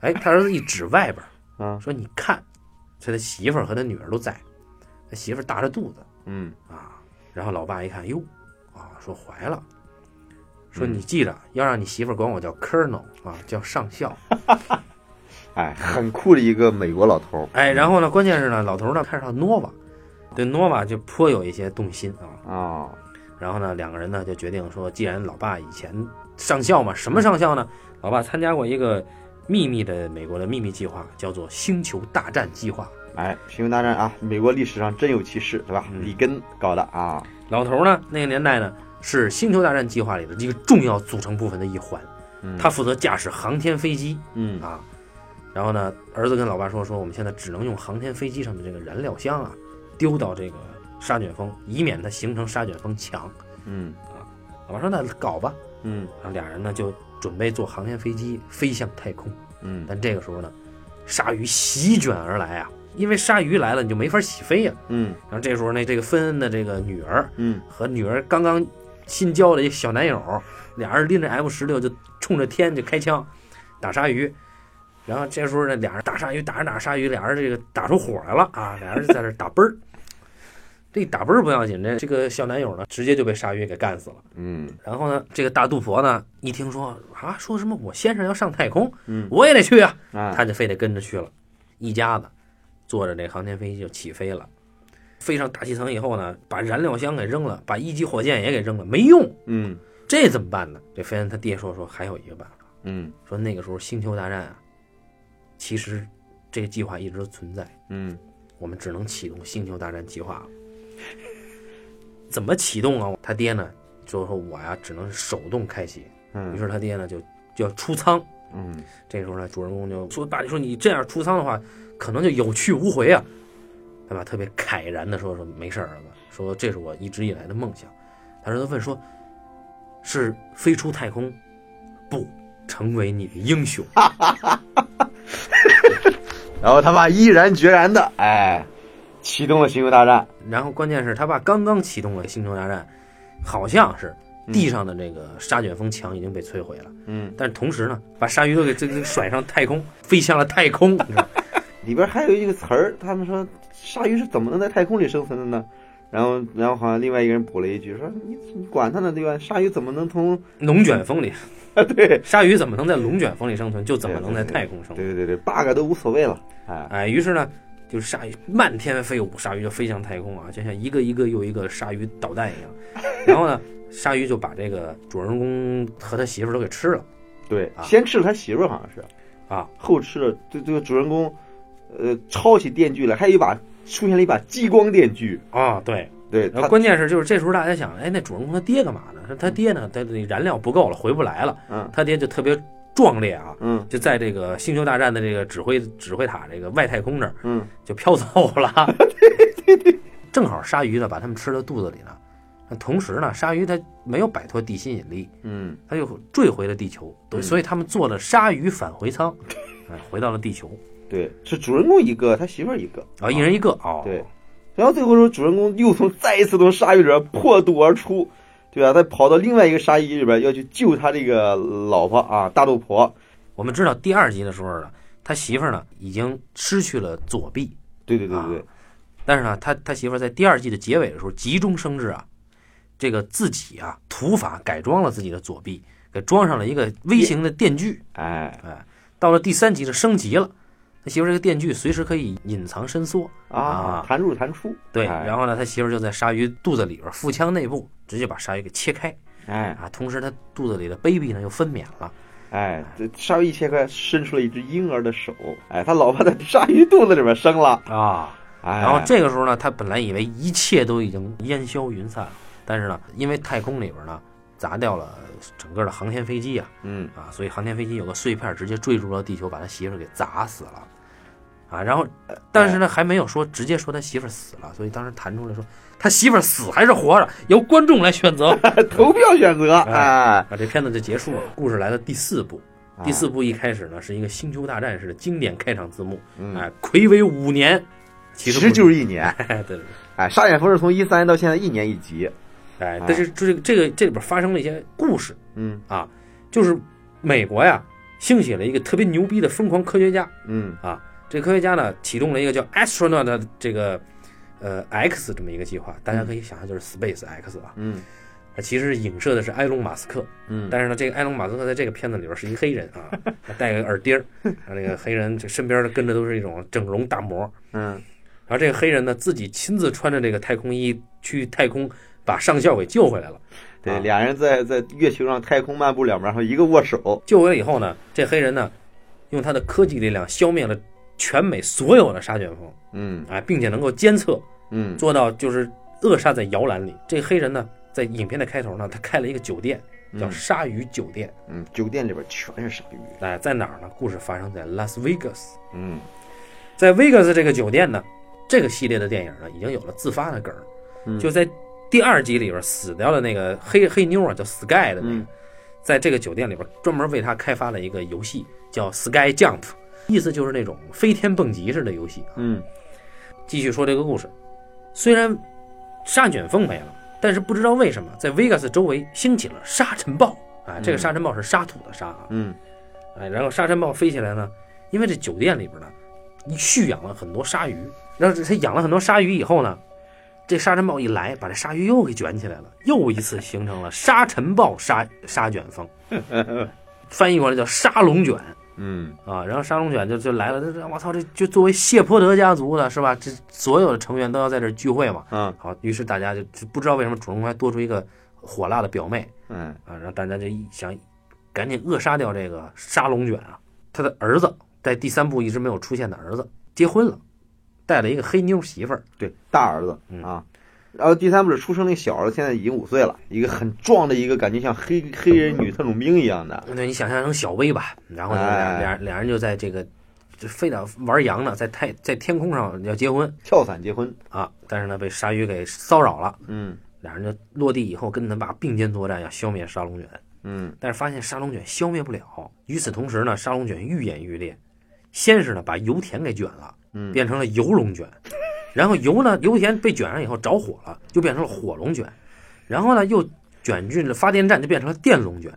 哎，他儿子一指外边儿
啊
说：“你看，他的媳妇儿和他女儿都在，他媳妇儿大着肚子。”
嗯
啊，然后老爸一看，哟，啊，说怀了，说你记着，要让你媳妇儿管我叫 Colonel 啊，叫上校。
哎，很酷的一个美国老头，
哎，然后呢，关键是呢，老头儿呢看上 Nova，对 Nova 就颇有一些动心啊。
啊，
然后呢，两个人呢就决定说，既然老爸以前上校嘛，什么上校呢？老爸参加过一个秘密的美国的秘密计划，叫做星球大战计划。
哎，平行大战啊，美国历史上真有其事，对吧？里根搞的啊，
老头儿呢，那个年代呢是星球大战计划里的一个重要组成部分的一环，
嗯
他负责驾驶航天飞机。
嗯
啊。然后呢，儿子跟老爸说说，我们现在只能用航天飞机上的这个燃料箱啊，丢到这个沙卷风，以免它形成沙卷风墙。
嗯
老爸说那搞吧，
嗯
然后俩人呢就准备坐航天飞机飞向太空。
嗯
但这个时候呢，鲨鱼席卷而来啊，因为鲨鱼来了你就没法起飞呀、
嗯
然后这时候呢，这个芬恩的这个女儿
嗯
和女儿刚刚新交的一小男友，俩人拎着 F 十六就冲着天就开枪打鲨鱼，然后这时候呢，俩人打鲨鱼打着打着鲨鱼，俩人这个打出火来了啊，俩人就在这打奔儿。 这一打奔儿不要紧，这这个小男友呢，直接就被鲨鱼给干死了。
嗯
然后呢，这个大肚婆呢，一听说啊，说什么我先生要上太空，
嗯
我也得去啊，
啊，
他就非得跟着去了。一家子坐着这航天飞机就起飞了，飞上大气层以后呢，把燃料箱给扔了，把一级火箭也给扔了，没用，
嗯
这怎么办呢？这飞恩他爹说说还有一个办法，
嗯
说那个时候星球大战啊，其实这个计划一直都存在，
嗯
我们只能启动星球大战计划了。怎么启动啊？他爹呢就说我呀只能是手动开启，于
嗯
是他爹呢就就要出舱。
嗯
这时候呢，主人公就说：“爸，你说你这样出仓的话，可能就有去无回啊。”他爸特别慨然的说：“说没事儿，儿子，说这是我一直以来的梦想。”他儿子问说：“是飞出太空，不成为你的英雄
然后他爸毅然决然的，哎，启动了星球大战。？”
然后关键是他爸刚刚启动了星球大战，好像是地上的这个沙卷风墙已经被摧毁了，
嗯，
但是同时呢，把鲨鱼都给这这甩上太空，飞向了太空。你知道吗
里边还有一个词儿，他们说鲨鱼是怎么能在太空里生存的呢？然后，然后好像另外一个人补了一句说：“你你管他呢，对吧？鲨鱼怎么能从
龙卷风里
啊对
鲨鱼怎么能在龙卷风里生存，就怎么能在太空生
对
存？
对对对 bug 都无所谓了，哎，
哎，于是呢，就是鲨鱼漫天飞舞，鲨鱼就飞向太空啊，就像一个一个又一个鲨鱼导弹一样。然 后呢，鲨鱼就把这个主人公和他媳妇儿都给吃了。
对，
啊
先吃了他媳妇儿好像是
啊，
后吃了这这个主人公，呃，抄起电锯来，还有一把出现了一把激光电锯，
啊、对，
对
然后
他，
关键是就是这时候大家想，哎，那主人公他爹干嘛呢？他他爹呢，他这燃料不够了，回不来了。
嗯
他爹就特别壮烈啊，
嗯
就在这个星球大战的这个指挥指挥塔这个外太空这儿
嗯
就飘走了。 正好鲨鱼呢把它们吃到肚子里了，那同时呢，鲨鱼它没有摆脱地心引力，
嗯
它又坠回了地球，对，
嗯
所以他们坐了鲨鱼返回舱，哎，回到了地球。
对，是主人公一个，他媳妇儿一个。
啊，一人一个哦，
对，然后最后说，主人公又从再一次从鲨鱼里边破肚而出，对吧、他跑到另外一个鲨鱼里边要去救他这个老婆啊，大肚婆。
我们知道第二集的时候呢，他媳妇儿呢已经失去了左臂，
对对对对对，
啊但是呢，他他媳妇儿在第二季的结尾的时候急中生智啊，这个自己啊土法改装了自己的左臂，给装上了一个微型的电锯。
哎
到了第三集是升级了，他媳妇儿这个电锯随时可以隐藏伸缩。啊
啊，弹入弹出，
对，
哎
然后呢，他媳妇儿就在鲨鱼肚子里边腹腔内部直接把鲨鱼给切开
哎
啊，同时他肚子里的 baby 呢又分娩了。
哎，这鲨鱼一切开，伸出了一只婴儿的手，哎，他老婆在鲨鱼肚子里边生了，
啊，
哎，
然后这个时候呢，他本来以为一切都已经烟消云散了，但是呢，因为太空里边呢砸掉了整个的航天飞机啊，
嗯，
啊，所以航天飞机有个碎片直接坠入到地球，把他媳妇儿给砸死了，啊，然后但是呢还没有说直接说他媳妇儿死了，所以当时弹出来说他媳妇儿死还是活着，由观众来选 择啊，
投票选择，哎，
这片子就结束了。故事来到第四部，
啊
第四部一开始呢是一个星球大战式的经典开场字幕，
嗯
哎，魁违五年，其
其
实
实
不
就是一年，
哎，对对对。
哎， 沙眼风是从一三到现在一年一集，
哎，
哎
但是这个这个这里边发生了一些故事，
嗯
啊，就是美国呀兴起了一个特别牛逼的疯狂科学家，
嗯
这科学家呢启动了一个叫 astronaut 的这个呃 X 这么一个计划，大家可以想象就是 Space X 啊，
嗯
其实影射的是埃隆马斯克，
嗯，
但是呢，这个埃隆马斯克在这个片子里边是一黑人啊，他戴个耳钉儿，然后那个黑人这身边的跟着都是一种整容大模，
嗯
然后这个黑人呢自己亲自穿着这个太空衣去太空把上校给救回来了。
对，
啊
俩人在在月球上太空漫步两步，然后一个握手，
救回来以后呢，这黑人呢，用他的科技力量消灭了全美所有的沙卷风
嗯
啊，并且能够监测，
嗯
做到就是扼杀在摇篮里。这黑人呢，在影片的开头呢，他开了一个酒店，叫鲨鱼酒店。
嗯，酒店里边全是鲨鱼，
哎，在哪儿呢？故事发生在拉斯维加斯，
嗯
在维加斯这个酒店呢，这个系列的电影呢，已经有了自发的梗儿，
嗯
就在第二集里边死掉的那个黑黑妞啊，叫 Sky 的那个，
嗯
在这个酒店里边专门为他开发了一个游戏，叫 Sky Jump，意思就是那种飞天蹦极式的游戏。啊
嗯
继续说这个故事，虽然沙卷风没了，但是不知道为什么在 Vegas 周围兴起了沙尘暴啊！这个沙尘暴是沙土的沙啊，
嗯
哎，然后沙尘暴飞起来呢，因为这酒店里边呢，蓄养了很多鲨鱼，然后它养了很多鲨鱼以后呢，这沙尘暴一来，把这鲨鱼又给卷起来了，又一次形成了沙尘暴沙沙卷风，翻译过来叫沙龙卷
嗯
啊。然后沙龙卷就就来了，这这我操，这就作为谢泼德家族的是吧？这所有的成员都要在这儿聚会嘛。
啊
好，于是大家就就不知道为什么主人公还多出一个火辣的表妹，
嗯
啊，然后大家就一想赶紧扼杀掉这个沙龙卷啊。他的儿子在第三部一直没有出现的儿子结婚了，带了一个黑妞媳妇儿，
对，大儿子啊。然后第三部是出生那个小儿子，现在已经五岁了，一个很壮的一个，感觉像黑黑人女特种兵一样的。
那你想象成小薇吧。然后就俩
哎
俩俩人就在这个就非得玩羊呢，在太在天空上要结婚
跳伞结婚，
啊，但是呢被鲨鱼给骚扰了，
嗯
俩人就落地以后跟他爸并肩作战，要消灭沙龙卷。
嗯
但是发现沙龙卷消灭不了。与此同时呢，沙龙卷愈演愈烈，先是呢把油田给卷了，
嗯
变成了油龙卷，然后油呢油田被卷上以后着火了，就变成了火龙卷，然后呢又卷进了发电站，就变成了电龙卷，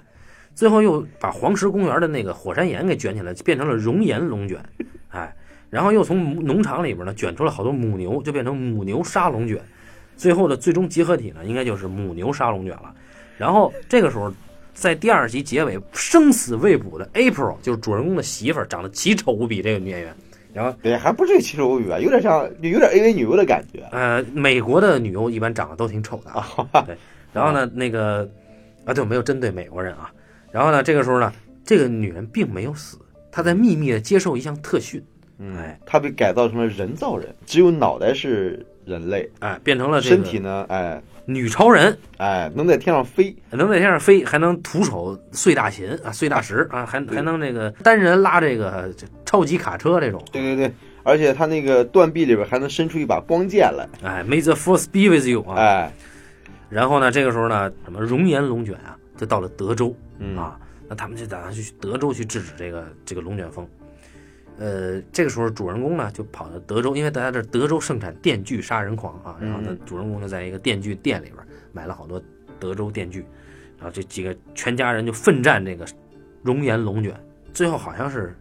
最后又把黄石公园的那个火山岩给卷起来，变成了熔岩龙卷，哎，然后又从农场里边呢卷出了好多母牛，就变成母牛沙龙卷。最后的最终集合体呢，应该就是母牛沙龙卷了。然后这个时候，在第二集结尾生死未卜的 April，就是主人公的媳妇儿，长得奇丑无比，这个女演员。然后，
对，还不至于奇丑无比吧，有点像，有点 AV 女优的感觉。
呃，美国的女优一般长得都挺丑的啊。
哦
对，然后呢，那个啊，对，没有针对美国人啊。然后呢，这个时候呢，这个女人并没有死，她在秘密的接受一项特训，哎
嗯，她被改造成了人造人，只有脑袋是人类，
哎、变成了这
身
个
体呢，哎
女超人，
哎，能在天上飞，
能在天上飞，还能徒手碎大琴啊，碎大石啊，还还能这个单人拉这个这超级卡车这种。
对对对，而且她那个断臂里边还能伸出一把光剑来，
哎，May the force be with you 啊！
哎，
然后呢，这个时候呢，什么熔岩龙卷啊，就到了德州
嗯
啊，那他们就打算去德州去制止这个这个龙卷风。呃，这个时候主人公呢就跑到德州，因为大家这德州盛产电锯杀人狂啊，然后呢
嗯，
主人公就在一个电锯店里边买了好多德州电锯，然后这几个全家人就奋战这个熔岩龙卷，最后好像是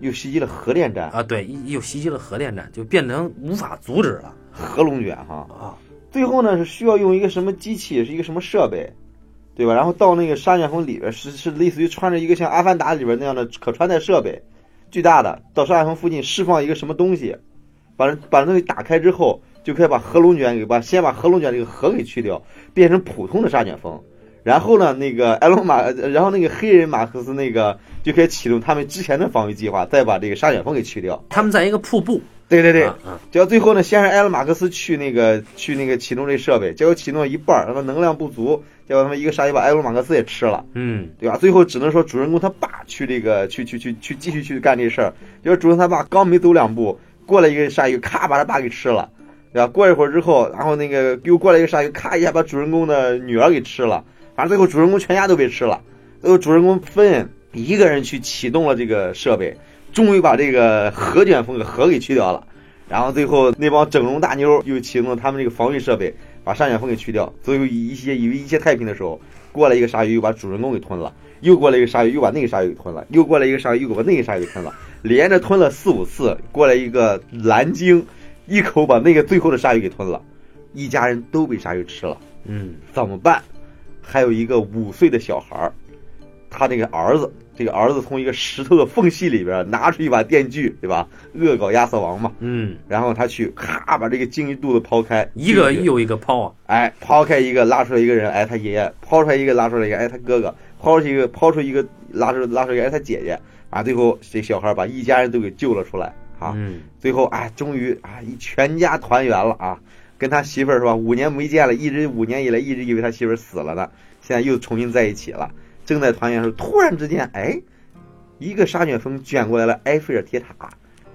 又袭击了核电站、
啊，对，一又袭击了核电站，就变成无法阻止了
核龙卷哈。
啊，
最后呢是需要用一个什么机器，是一个什么设备，对吧？然后到那个沙卷风里边是是类似于穿着一个像阿凡达里边那样的可穿戴设备，巨大的，到沙卷风附近释放一个什么东西，把人把那东西打开之后，就可以把合龙卷给把先把合龙卷这个核给去掉，变成普通的沙卷风。然后呢，那个埃隆马，呃然后那个黑人马克思那个就可以启动他们之前的防御计划，再把这个沙卷风给去掉。
他们在一个瀑布，
对对对，
啊啊
结果最后呢，先是埃隆马克思去那个去那个启动这设备，结果启动一半儿，他妈能量不足，结果他妈一个鲨鱼把埃隆马克思也吃了，
嗯，
对吧？最后只能说主人公他爸去这个去去去去继续去干这事儿，结果主人公他爸刚没走两步，过来一个鲨鱼，咔把他爸给吃了，对吧？过一会儿之后，然后那个又过来一个鲨鱼，咔一下把主人公的女儿给吃了，反正最后主人公全家都被吃了，最后主人公芬一个人去启动了这个设备，终于把这个核卷风给核给去掉了。然后最后那帮整容大妞又启动了他们这个防御设备，把沙卷风给去掉。最后一些以为一切太平的时候，过来一个鲨鱼又把主人公给吞了，又过来一个鲨鱼又把那个鲨鱼给吞了，又过来一个鲨鱼又把那个鲨鱼给吞了，连着吞了四五次。过来一个蓝鲸，一口把那个最后的鲨鱼给吞了，一家人都被鲨鱼吃了。
嗯，
怎么办？还有一个五岁的小孩儿，他那个儿子，这个儿子从一个石头的缝隙里边拿出一把电锯，对吧？恶搞亚瑟王嘛。
嗯，
然后他去咔把这个鲸鱼肚子抛开，
一个
进去
又一个抛啊，
哎抛开一个拉出来一个人，哎他爷爷抛出来一个拉出来一个，哎他哥哥抛出一个抛出一个拉出拉出来一个，哎他姐姐啊，最后这小孩把一家人都给救了出来啊，
嗯，
最后哎终于啊一全家团圆了啊，跟他媳妇儿是吧？五年没见了，一直五年以来一直以为他媳妇儿死了呢，现在又重新在一起了，正在团圆的时候，突然之间哎，一个沙卷风卷过来了埃菲尔铁塔。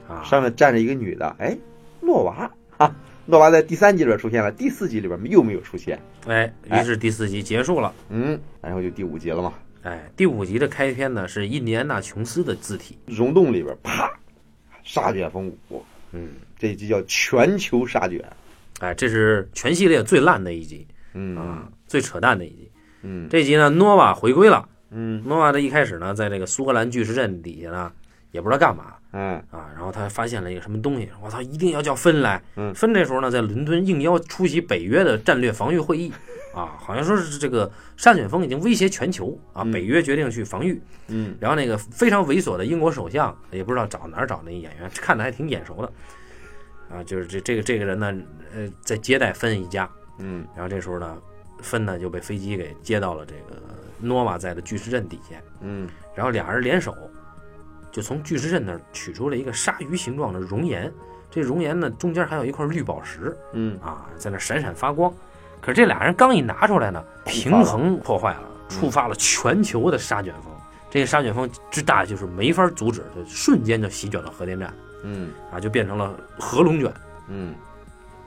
啊，
上面站着一个女的，哎，诺娃啊，诺娃在第三集里边出现了，第四集里边又没有出现，
哎，于是第四集结束了。
嗯，然后就第五集了嘛，
哎，第五集的开篇呢是印第安纳琼斯的字体，
溶洞里边啪，沙卷风舞，
嗯，
这一集叫全球沙卷，
哎，这是全系列最烂的一集
嗯
啊，最扯淡的一集。
嗯
这集呢，诺瓦回归了。
嗯
诺瓦的一开始呢，在这个苏格兰巨石阵底下呢，也不知道干嘛
嗯
啊，然后他发现了一个什么东西，我操，一定要叫芬来。
嗯
芬这时候呢，在伦敦应邀出席北约的战略防御会议。啊，好像说是这个沙卷风已经威胁全球啊，
嗯
北约决定去防御，
嗯
然后那个非常猥琐的英国首相，也不知道找哪儿找那演员，看着还挺眼熟的，啊，就是这这个这个人呢，呃，在接待芬一家，
嗯
然后这时候呢，芬呢就被飞机给接到了这个诺瓦在的巨石阵底下，
嗯
然后俩人联手，就从巨石阵那儿取出了一个鲨鱼形状的熔岩，这熔岩呢中间还有一块绿宝石
嗯，
啊，在那闪闪发光，可是这俩人刚一拿出来呢，平衡破坏了，触发了全球的沙卷风。这个沙卷风之大，就是没法阻止，就瞬间就席卷了核电站
嗯
啊，就变成了核龙卷。
嗯，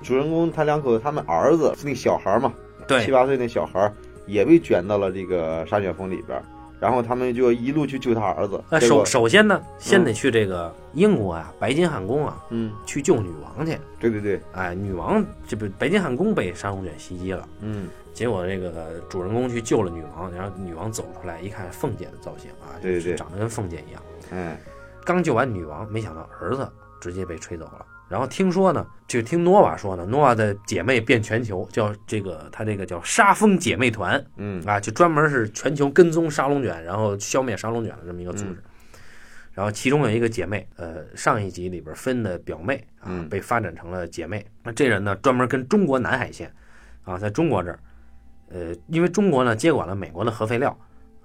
主人公他两口子，他们儿子那小孩嘛，七
对，
八岁那小孩也被卷到了这个沙卷风里边，然后他们就一路去救他儿子，
那
结
首
果
首先呢，先得去这个英国啊，白金汉宫啊，
嗯，
去救女王去。
对对对，
哎，女王这不白金汉宫被沙龙卷袭击了，
嗯。
结果这个主人公去救了女王，然后女王走出来一看凤姐的造型啊，
对对对
长得跟凤姐一样。
嗯
刚救完女王，没想到儿子直接被吹走了。然后听说呢，就听诺瓦说呢，诺瓦的姐妹遍全球，叫这个他这个叫沙风姐妹团
嗯
啊，就专门是全球跟踪沙龙卷，然后消灭沙龙卷的这么一个组织。
嗯
然后其中有一个姐妹，呃，上一集里边分的表妹啊
嗯，
被发展成了姐妹。那这人呢，专门跟中国南海线啊，在中国这儿，呃，因为中国呢接管了美国的核废料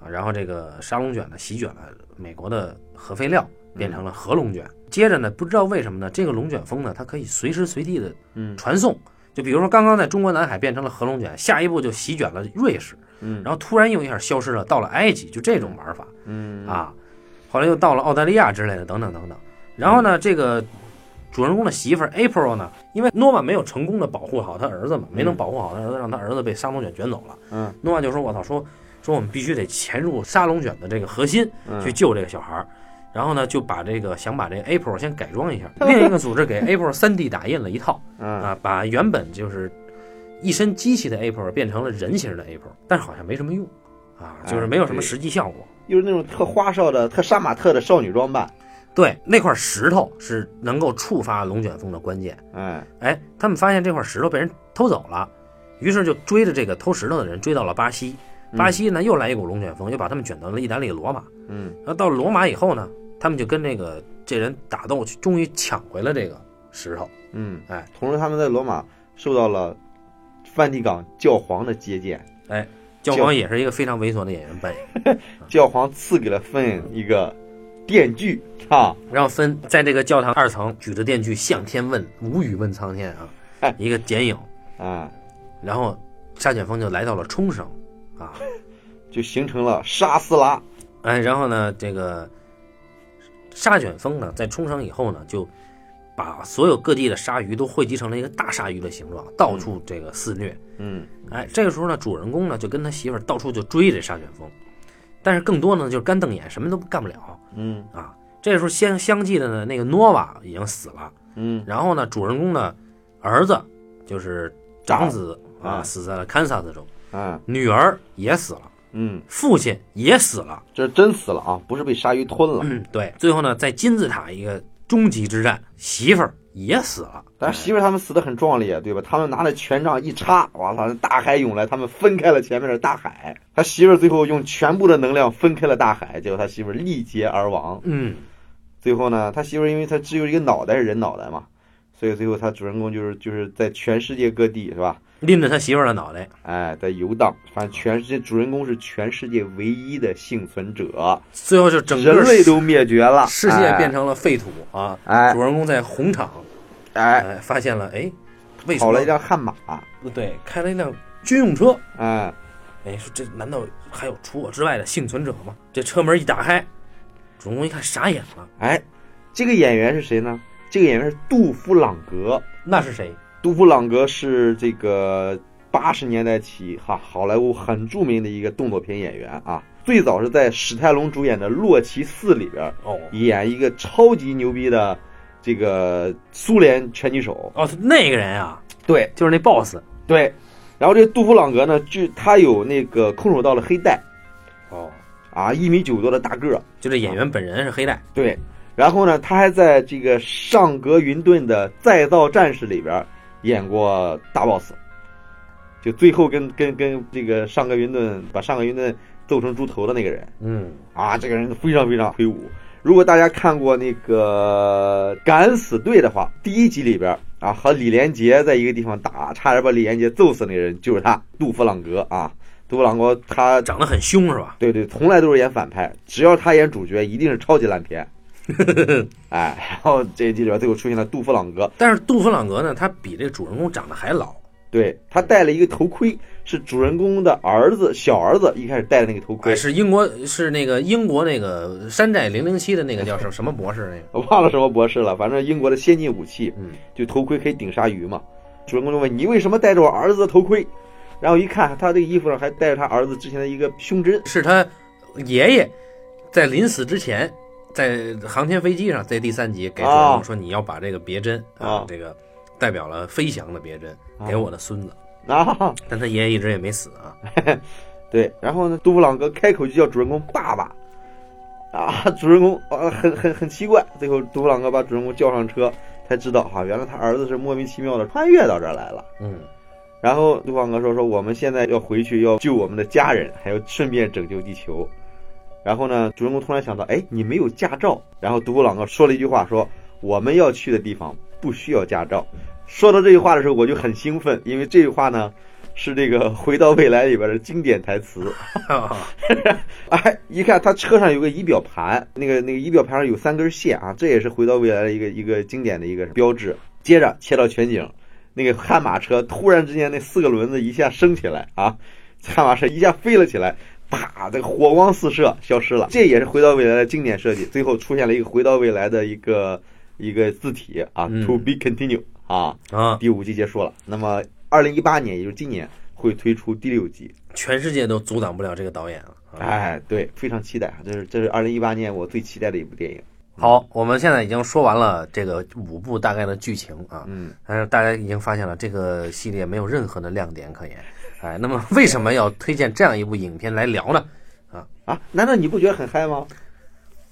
啊，然后这个沙龙卷呢席卷了美国的核废料，
嗯
变成了核龙卷。接着呢，不知道为什么呢，这个龙卷风呢，它可以随时随地的
嗯
传送。就比如说，刚刚在中国南海变成了核龙卷，下一步就席卷了瑞士，
嗯
然后突然又一下消失了，到了埃及，就这种玩法
嗯
啊。后来又到了澳大利亚之类的，等等等等。然后呢，这个主人公的媳妇儿 April 呢，因为诺曼没有成功的保护好他儿子嘛，没能保护好他儿子，让他儿子被沙龙卷卷走了。
嗯，
诺曼就说：“我操，说说我们必须得潜入沙龙卷的这个核心
嗯
去救这个小孩儿。”然后呢，就把这个想把这个 April 先改装一 下，另一个组织给 April 3D 打印了一套
嗯，
啊，把原本就是一身机器的 April 变成了人形的 April，但是好像没什么用啊，就是没有什么
哎对
实际效果。
又是那种特花哨的、特杀马特的少女装扮，
对，那块石头是能够触发龙卷风的关键。
哎，
哎，他们发现这块石头被人偷走了，于是就追着这个偷石头的人追到了巴西。巴西呢又来一股龙卷风，又把他们卷到了意大利罗马。
嗯，
然后到罗马以后呢，他们就跟这个这人打斗，终于抢回了这个石头。
嗯嗯，
哎，
同时他们在罗马受到了梵蒂冈教皇的接见，
教皇也是一个非常猥琐的演员扮演。
教皇赐给了芬一个电锯啊，
然后芬在这个教堂二层举着电锯向天问，无语问苍天啊，一个剪影。
啊，
然后沙卷风就来到了冲绳，啊，
就形成了沙斯拉，
哎，然后呢，这个沙卷风呢，在冲绳以后呢，就把所有各地的鲨鱼都汇集成了一个大鲨鱼的形状，到处这个肆虐。
嗯
哎，这个时候呢，主人公呢就跟他媳妇儿到处就追这沙卷风，但是更多呢就是干瞪眼，什么都干不了
嗯
啊。这时候相相继的呢，那个诺瓦已经死了，
嗯，
然后呢，主人公的儿子就是长子
啊
啊，死在了堪萨斯州，
啊，
女儿也死了，
嗯，
父亲也死了。
这真死了啊，不是被鲨鱼吞了，
嗯，对，最后呢，在金字塔一个终极之战，媳妇儿也死了。
但是媳妇儿他们死的很壮烈，对吧？他们拿着权杖一插，哇操，大海涌来，他们分开了前面的大海。他媳妇儿最后用全部的能量分开了大海，结果他媳妇儿力竭而亡。
嗯，
最后呢，他媳妇儿因为他只有一个脑袋是人脑袋嘛，所以最后他主人公就是就是在全世界各地是吧？
拎着他媳妇儿的脑袋，
哎，在游荡，反正全世界主人公是全世界唯一的幸存者，
最后就整个
人类都灭绝了，
世界变成了废土啊！
哎
主人公在红场，
哎
哎，发现了，哎，为
哎，
什
跑
么
了一辆悍马，
对，开了一辆军用车？
哎，
哎，说这难道还有除我之外的幸存者吗？这车门一打开，主人公一看傻眼了，
哎，这个演员是谁呢？这个演员是杜夫朗格。
那是谁？
杜夫朗格是这个八十年代起哈好莱坞很著名的一个动作片演员啊。最早是在史泰龙主演的《洛奇四》里边
哦
演一个超级牛逼的这个苏联拳击手。
哦，那个人啊，
对
就是那 boss。
对，然后这杜夫朗格呢，据他有那个空手道的黑带
哦，
啊，一米九多的大个儿。
就这演员本人是黑带。
对，然后呢，他还在这个上格云顿的《再造战士》里边演过大 boss，就最后跟跟跟这个上格云顿把上格云顿揍成猪头的那个人
嗯，
啊，这个人非常非常魁梧。如果大家看过那个《敢死队》的话，第一集里边啊，和李连杰在一个地方打，差点把李连杰揍死那个人就是他，杜弗朗格啊。杜弗朗格他
长得很凶是吧？
对对，从来都是演反派，只要他演主角，一定是超级烂片。哎，然后这一集里边最后出现了杜弗朗格，
但是杜弗朗格呢，他比这个主人公长得还老。
对他戴了一个头盔，是主人公的儿子小儿子一开始戴的那个头盔
哎，，是英国，是那个英国那个山寨零零七的那个 叫什么什么博士那个？
我忘了什么博士了，反正英国的先进武器，
嗯，
就头盔可以顶鲨鱼嘛。主人公就问你为什么戴着我儿子的头盔，然后一看他这个衣服上还带着他儿子之前的一个胸针，
是他爷爷在临死之前，在航天飞机上，在第三集给主人
啊
公说你要把这个别针
啊
这个代表了飞翔的别针
啊
给我的孙子，
啊，
但他爷爷一直也没死啊。
对，然后呢，杜布朗格开口就叫主人公爸爸，啊，主人公啊，很很很奇怪。最后，杜布朗格把主人公叫上车，才知道哈、原来他儿子是莫名其妙的穿越到这儿来了。
嗯，
然后杜布朗格说：“说我们现在要回去，要救我们的家人，还要顺便拯救地球。”然后呢，主人公突然想到，哎，你没有驾照。然后杜布朗格说了一句话说：“我们要去的地方不需要驾照。”说到这句话的时候，我就很兴奋，因为这句话呢，是这个《回到未来》里边的经典台词。
啊
哎，一看他车上有个仪表盘，那个那个仪表盘上有三根线啊，这也是回到未来的一个一个经典的一个标志。接着切到全景，那个悍马车突然之间那四个轮子一下升起来啊，悍马车一下飞了起来，啪，这个火光四射，消失了。这也是回到未来的经典设计。最后出现了一个回到未来的一个一个字体啊、
嗯
t o be continue 啊。
啊，
第五季结束了，那么二零一八年，也就是今年，会推出第六季。
全世界都阻挡不了这个导演啊！啊
哎，对，非常期待，这是这是二零一八年我最期待的一部电影。
好，我们现在已经说完了这个五部大概的剧情啊，
嗯，
但是大家已经发现了这个系列没有任何的亮点可言。哎，那么为什么要推荐这样一部影片来聊呢？
啊，难道你不觉得很嗨吗？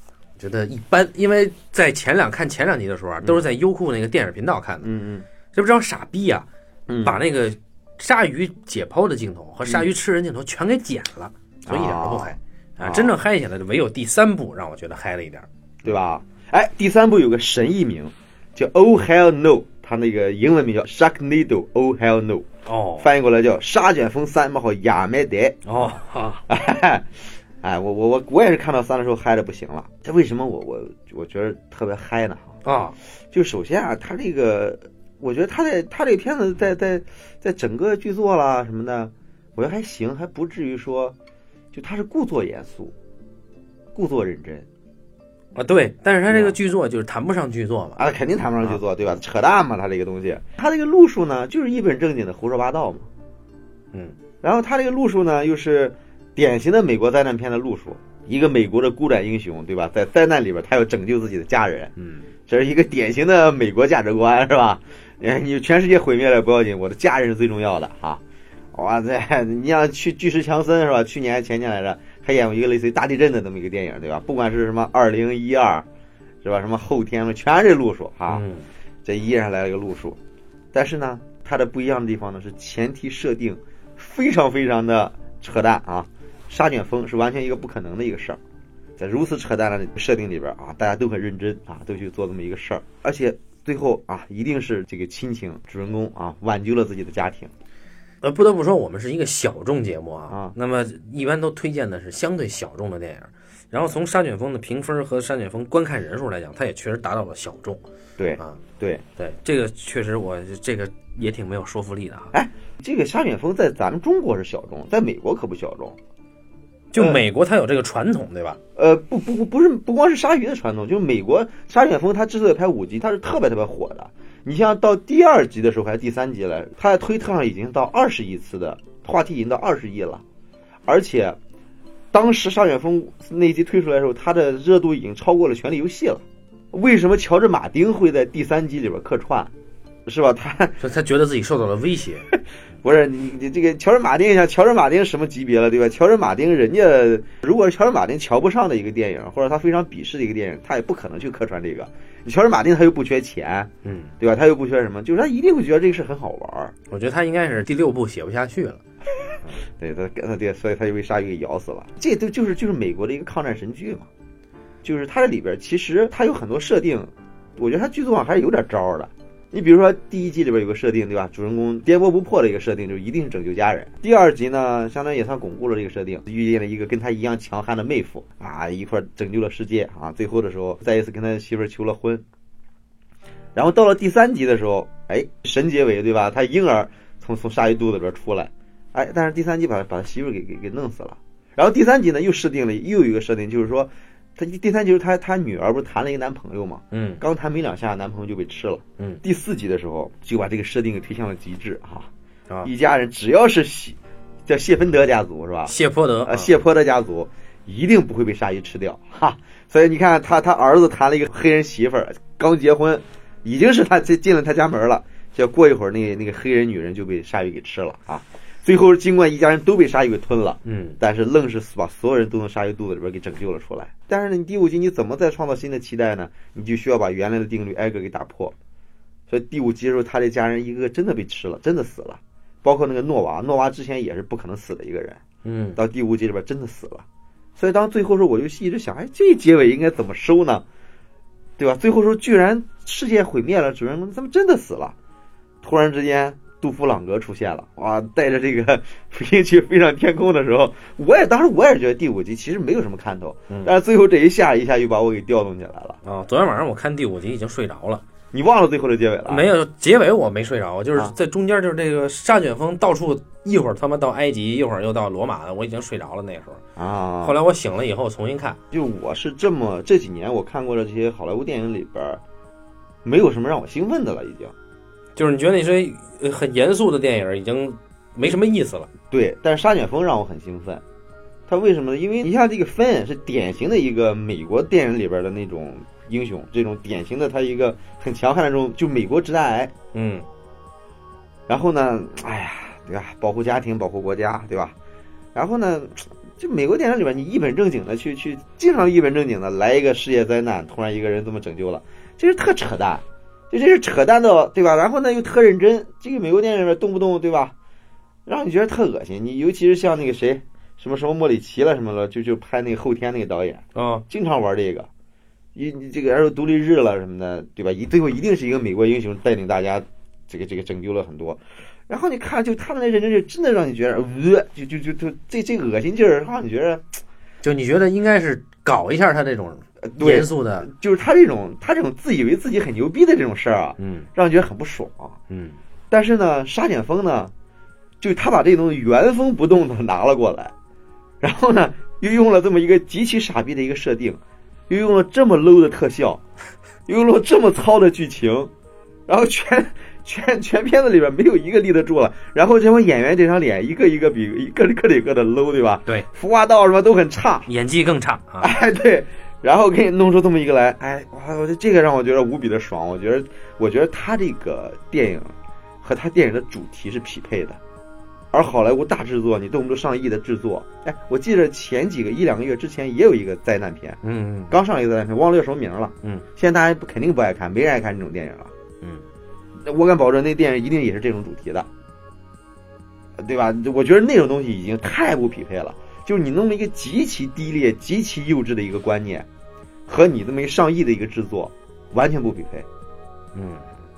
我觉得一般，因为在前两看前两集的时候啊，都是在优酷那个电影频道看的，
嗯
这不这帮傻逼啊，
嗯
把那个鲨鱼解剖的镜头和鲨鱼吃人镜头全给剪了，所以一点都不嗨
哦
啊！真正嗨起来的唯有第三部让我觉得嗨了一点儿。
对吧？哎，第三部有个神译名叫《Oh Hell No》，它那个英文名叫《Sharknado Oh Hell No》，
哦
翻译过来叫《沙卷风三冒号亚麦德》。
哦，哈
哎，我我我我也是看到三的时候嗨的不行了。这为什么我我我觉得特别嗨呢？
啊
就首先啊，他这个，我觉得他在他这个片子在在在整个剧作啦什么的，我觉得还行，还不至于说，就他是故作严肃，故作认真
啊！对，但是他这
对
个
啊
剧作就是谈不上剧作嘛。
啊，肯定谈不上剧作，对吧？扯淡嘛，他这个东西，他这个路数呢，就是一本正经的胡说八道嘛。
嗯
然后他这个路数呢，又是典型的美国灾难片的路数，一个美国的孤胆英雄，对吧？在灾难里边，他要拯救自己的家人，
嗯，
这是一个典型的美国价值观，是吧？哎，你全世界毁灭了不要紧，我的家人是最重要的啊！哇塞，你像去巨石强森是吧？去年前年来着，还演过一个类似于大地震的这么一个电影，对吧？不管是什么二零一二，是吧？什么后天嘛，全是这路数啊！
嗯
这依然来了一个路数，但是呢，它的不一样的地方呢是前提设定非常非常的扯淡啊，沙卷风是完全一个不可能的一个事儿，在如此扯淡的设定里边啊，大家都很认真啊，都去做这么一个事儿，而且最后啊，一定是这个亲情主人公啊挽救了自己的家庭，
呃，不得不说，我们是一个小众节目啊。
啊
那么一般都推荐的是相对小众的电影。然后从《沙卷风》的评分和《沙卷风》观看人数来讲，它也确实达到了小众
对
啊。
对，
对，这个确实我这个也挺没有说服力的啊。
呃这个沙卷风在咱们中国是小众，在美国可不小众。
就
呃
美国它有这个传统，对吧？
呃，不不不，不是不光是鲨鱼的传统，就是美国《鲨卷风》，它之所以拍五集，它是特别特别火的。你像到第二集的时候，还是第三集了，它在推特上已经到二十亿次的话题，已经到二十亿了。而且，当时《鲨卷风》那一集推出来的时候，它的热度已经超过了《权力游戏》了。为什么乔治·马丁会在第三集里边客串？是吧？他
就他觉得自己受到了威 胁，
不是你你这个乔治·马丁像乔治·马丁什么级别了，对吧？乔治·马丁人家如果是乔治·马丁瞧不上的一个电影，或者他非常鄙视的一个电影，他也不可能去客串这个。你乔治·马丁他又不缺钱，
嗯，
对吧？他又不缺什么，就是他一定会觉得这个事很好玩儿。
我觉得他应该是第六部写不下去了。
对他，他对，所以他就被鲨鱼给咬死了。这都就是就是美国的一个抗战神剧嘛，就是它这里边其实它有很多设定，我觉得它剧作上还是有点招儿的。你比如说第一季里边有个设定，对吧？主人公颠簸不破的一个设定，就一定是拯救家人。第二集呢，相当于也算巩固了这个设定，遇见了一个跟他一样强悍的妹夫啊，一块儿拯救了世界啊。最后的时候，再一次跟他媳妇儿求了婚。然后到了第三集的时候，哎，神结尾，对吧？他婴儿从从鲨鱼肚子里边出来，哎，但是第三集把把他媳妇儿给给给弄死了。然后第三集呢，又设定了又有一个设定，就是说，他第三集就是他他女儿不是谈了一个男朋友嘛，
嗯
刚谈没两下，男朋友就被吃了。
嗯，
第四集的时候就把这个设定给推向了极致哈、
啊，
一家人只要是谢叫谢芬德家族是吧？
谢泼德
啊，谢泼德家族一定不会被鲨鱼吃掉哈。所以你看他他儿子谈了一个黑人媳妇儿，刚结婚，已经是他进进了他家门了。结果过一会儿，那个那个黑人女人就被鲨鱼给吃了啊！最后尽管一家人都被鲨鱼给吞了，
嗯，
但是愣是把所有人都从鲨鱼肚子里边给拯救了出来。但是呢，你第五集你怎么再创造新的期待呢？你就需要把原来的定律挨个给打破。所以第五集的时候，他这家人一个个真的被吃了，真的死了，包括那个诺娃，诺娃之前也是不可能死的一个人，
嗯
到第五集里边真的死了。所以当最后时候，我就一直想，哎，这结尾应该怎么收呢？对吧？最后时候居然世界毁灭了，主人公他们真的死了。突然之间，杜夫朗格出现了，哇，带着这个 飞行器飞上天空的时候，我也当时我也觉得第五集其实没有什么看头，
嗯
但是最后这一下一下就把我给调动起来了。
啊，昨天晚上我看第五集已经睡着了，
你忘了最后的结尾了？
没有结尾我没睡着，我就是
啊
在中间就是这个沙卷风到处一会儿他妈到埃及，一会儿又到罗马，我已经睡着了那时候。
啊？
后来我醒了以后重新看，
就我是这么这几年我看过的这些好莱坞电影里边儿，没有什么让我兴奋的了，已经。
就是你觉得那些呃很严肃的电影已经没什么意思了。
对，但是沙卷风让我很兴奋。他为什么呢？因为你像这个芬是典型的一个美国电影里边的那种英雄，这种典型的他一个很强悍的这种就美国直男癌。
嗯，
然后呢，哎呀，对吧？保护家庭，保护国家，对吧？然后呢，就美国电影里边，你一本正经的去去，经常一本正经的来一个世界灾难，突然一个人这么拯救了，这是特扯淡，就这是扯淡到对吧？然后呢又特认真，这个美国电影里面动不动对吧，让你觉得特恶心。你尤其是像那个谁，什么什么莫里奇了什么了，就就拍那个后天那个导演，
啊、
经常玩这个，一你这个还有独立日了什么的，对吧？一最后一定是一个美国英雄带领大家，这个这个拯救了很多。然后你看，就他们那认真，就真的让你觉得，呃，就就就就这这恶心劲儿，让你觉得，
就你觉得应该是搞一下他这种
呃对
严，肃的，
就是他这种他这种自以为自己很牛逼的这种事儿啊，
嗯
让你觉得很不爽。啊
嗯
但是呢，沙卷风呢，就他把这东西原封不动的拿了过来，然后呢，又用了这么一个极其傻逼的一个设定，又用了这么 low 的特效， 又用了这么糙的剧情，然后全 全全片子里边没有一个立得住了。然后这帮演员这张脸一个一个比一个一个比一个的 low，对吧？
对，
服化道什么都很差，
演技更差啊。
哎， 对，然后给你弄出这么一个来，哎，哇，我觉得这个让我觉得无比的爽。我觉得，我觉得他这个电影和他电影的主题是匹配的。而好莱坞大制作，你动不动上亿的制作，哎，我记得前几个一两个月之前也有一个灾难片，
嗯
刚上一个灾难片，忘了叫什么名了。
嗯，
现在大家不肯定不爱看，没人爱看这种电影了。
嗯
那我敢保证，那电影一定也是这种主题的，对吧？我觉得那种东西已经太不匹配了。就是你弄了一个极其低劣、极其幼稚的一个观念，和你这么一个上亿的一个制作，完全不匹配。
嗯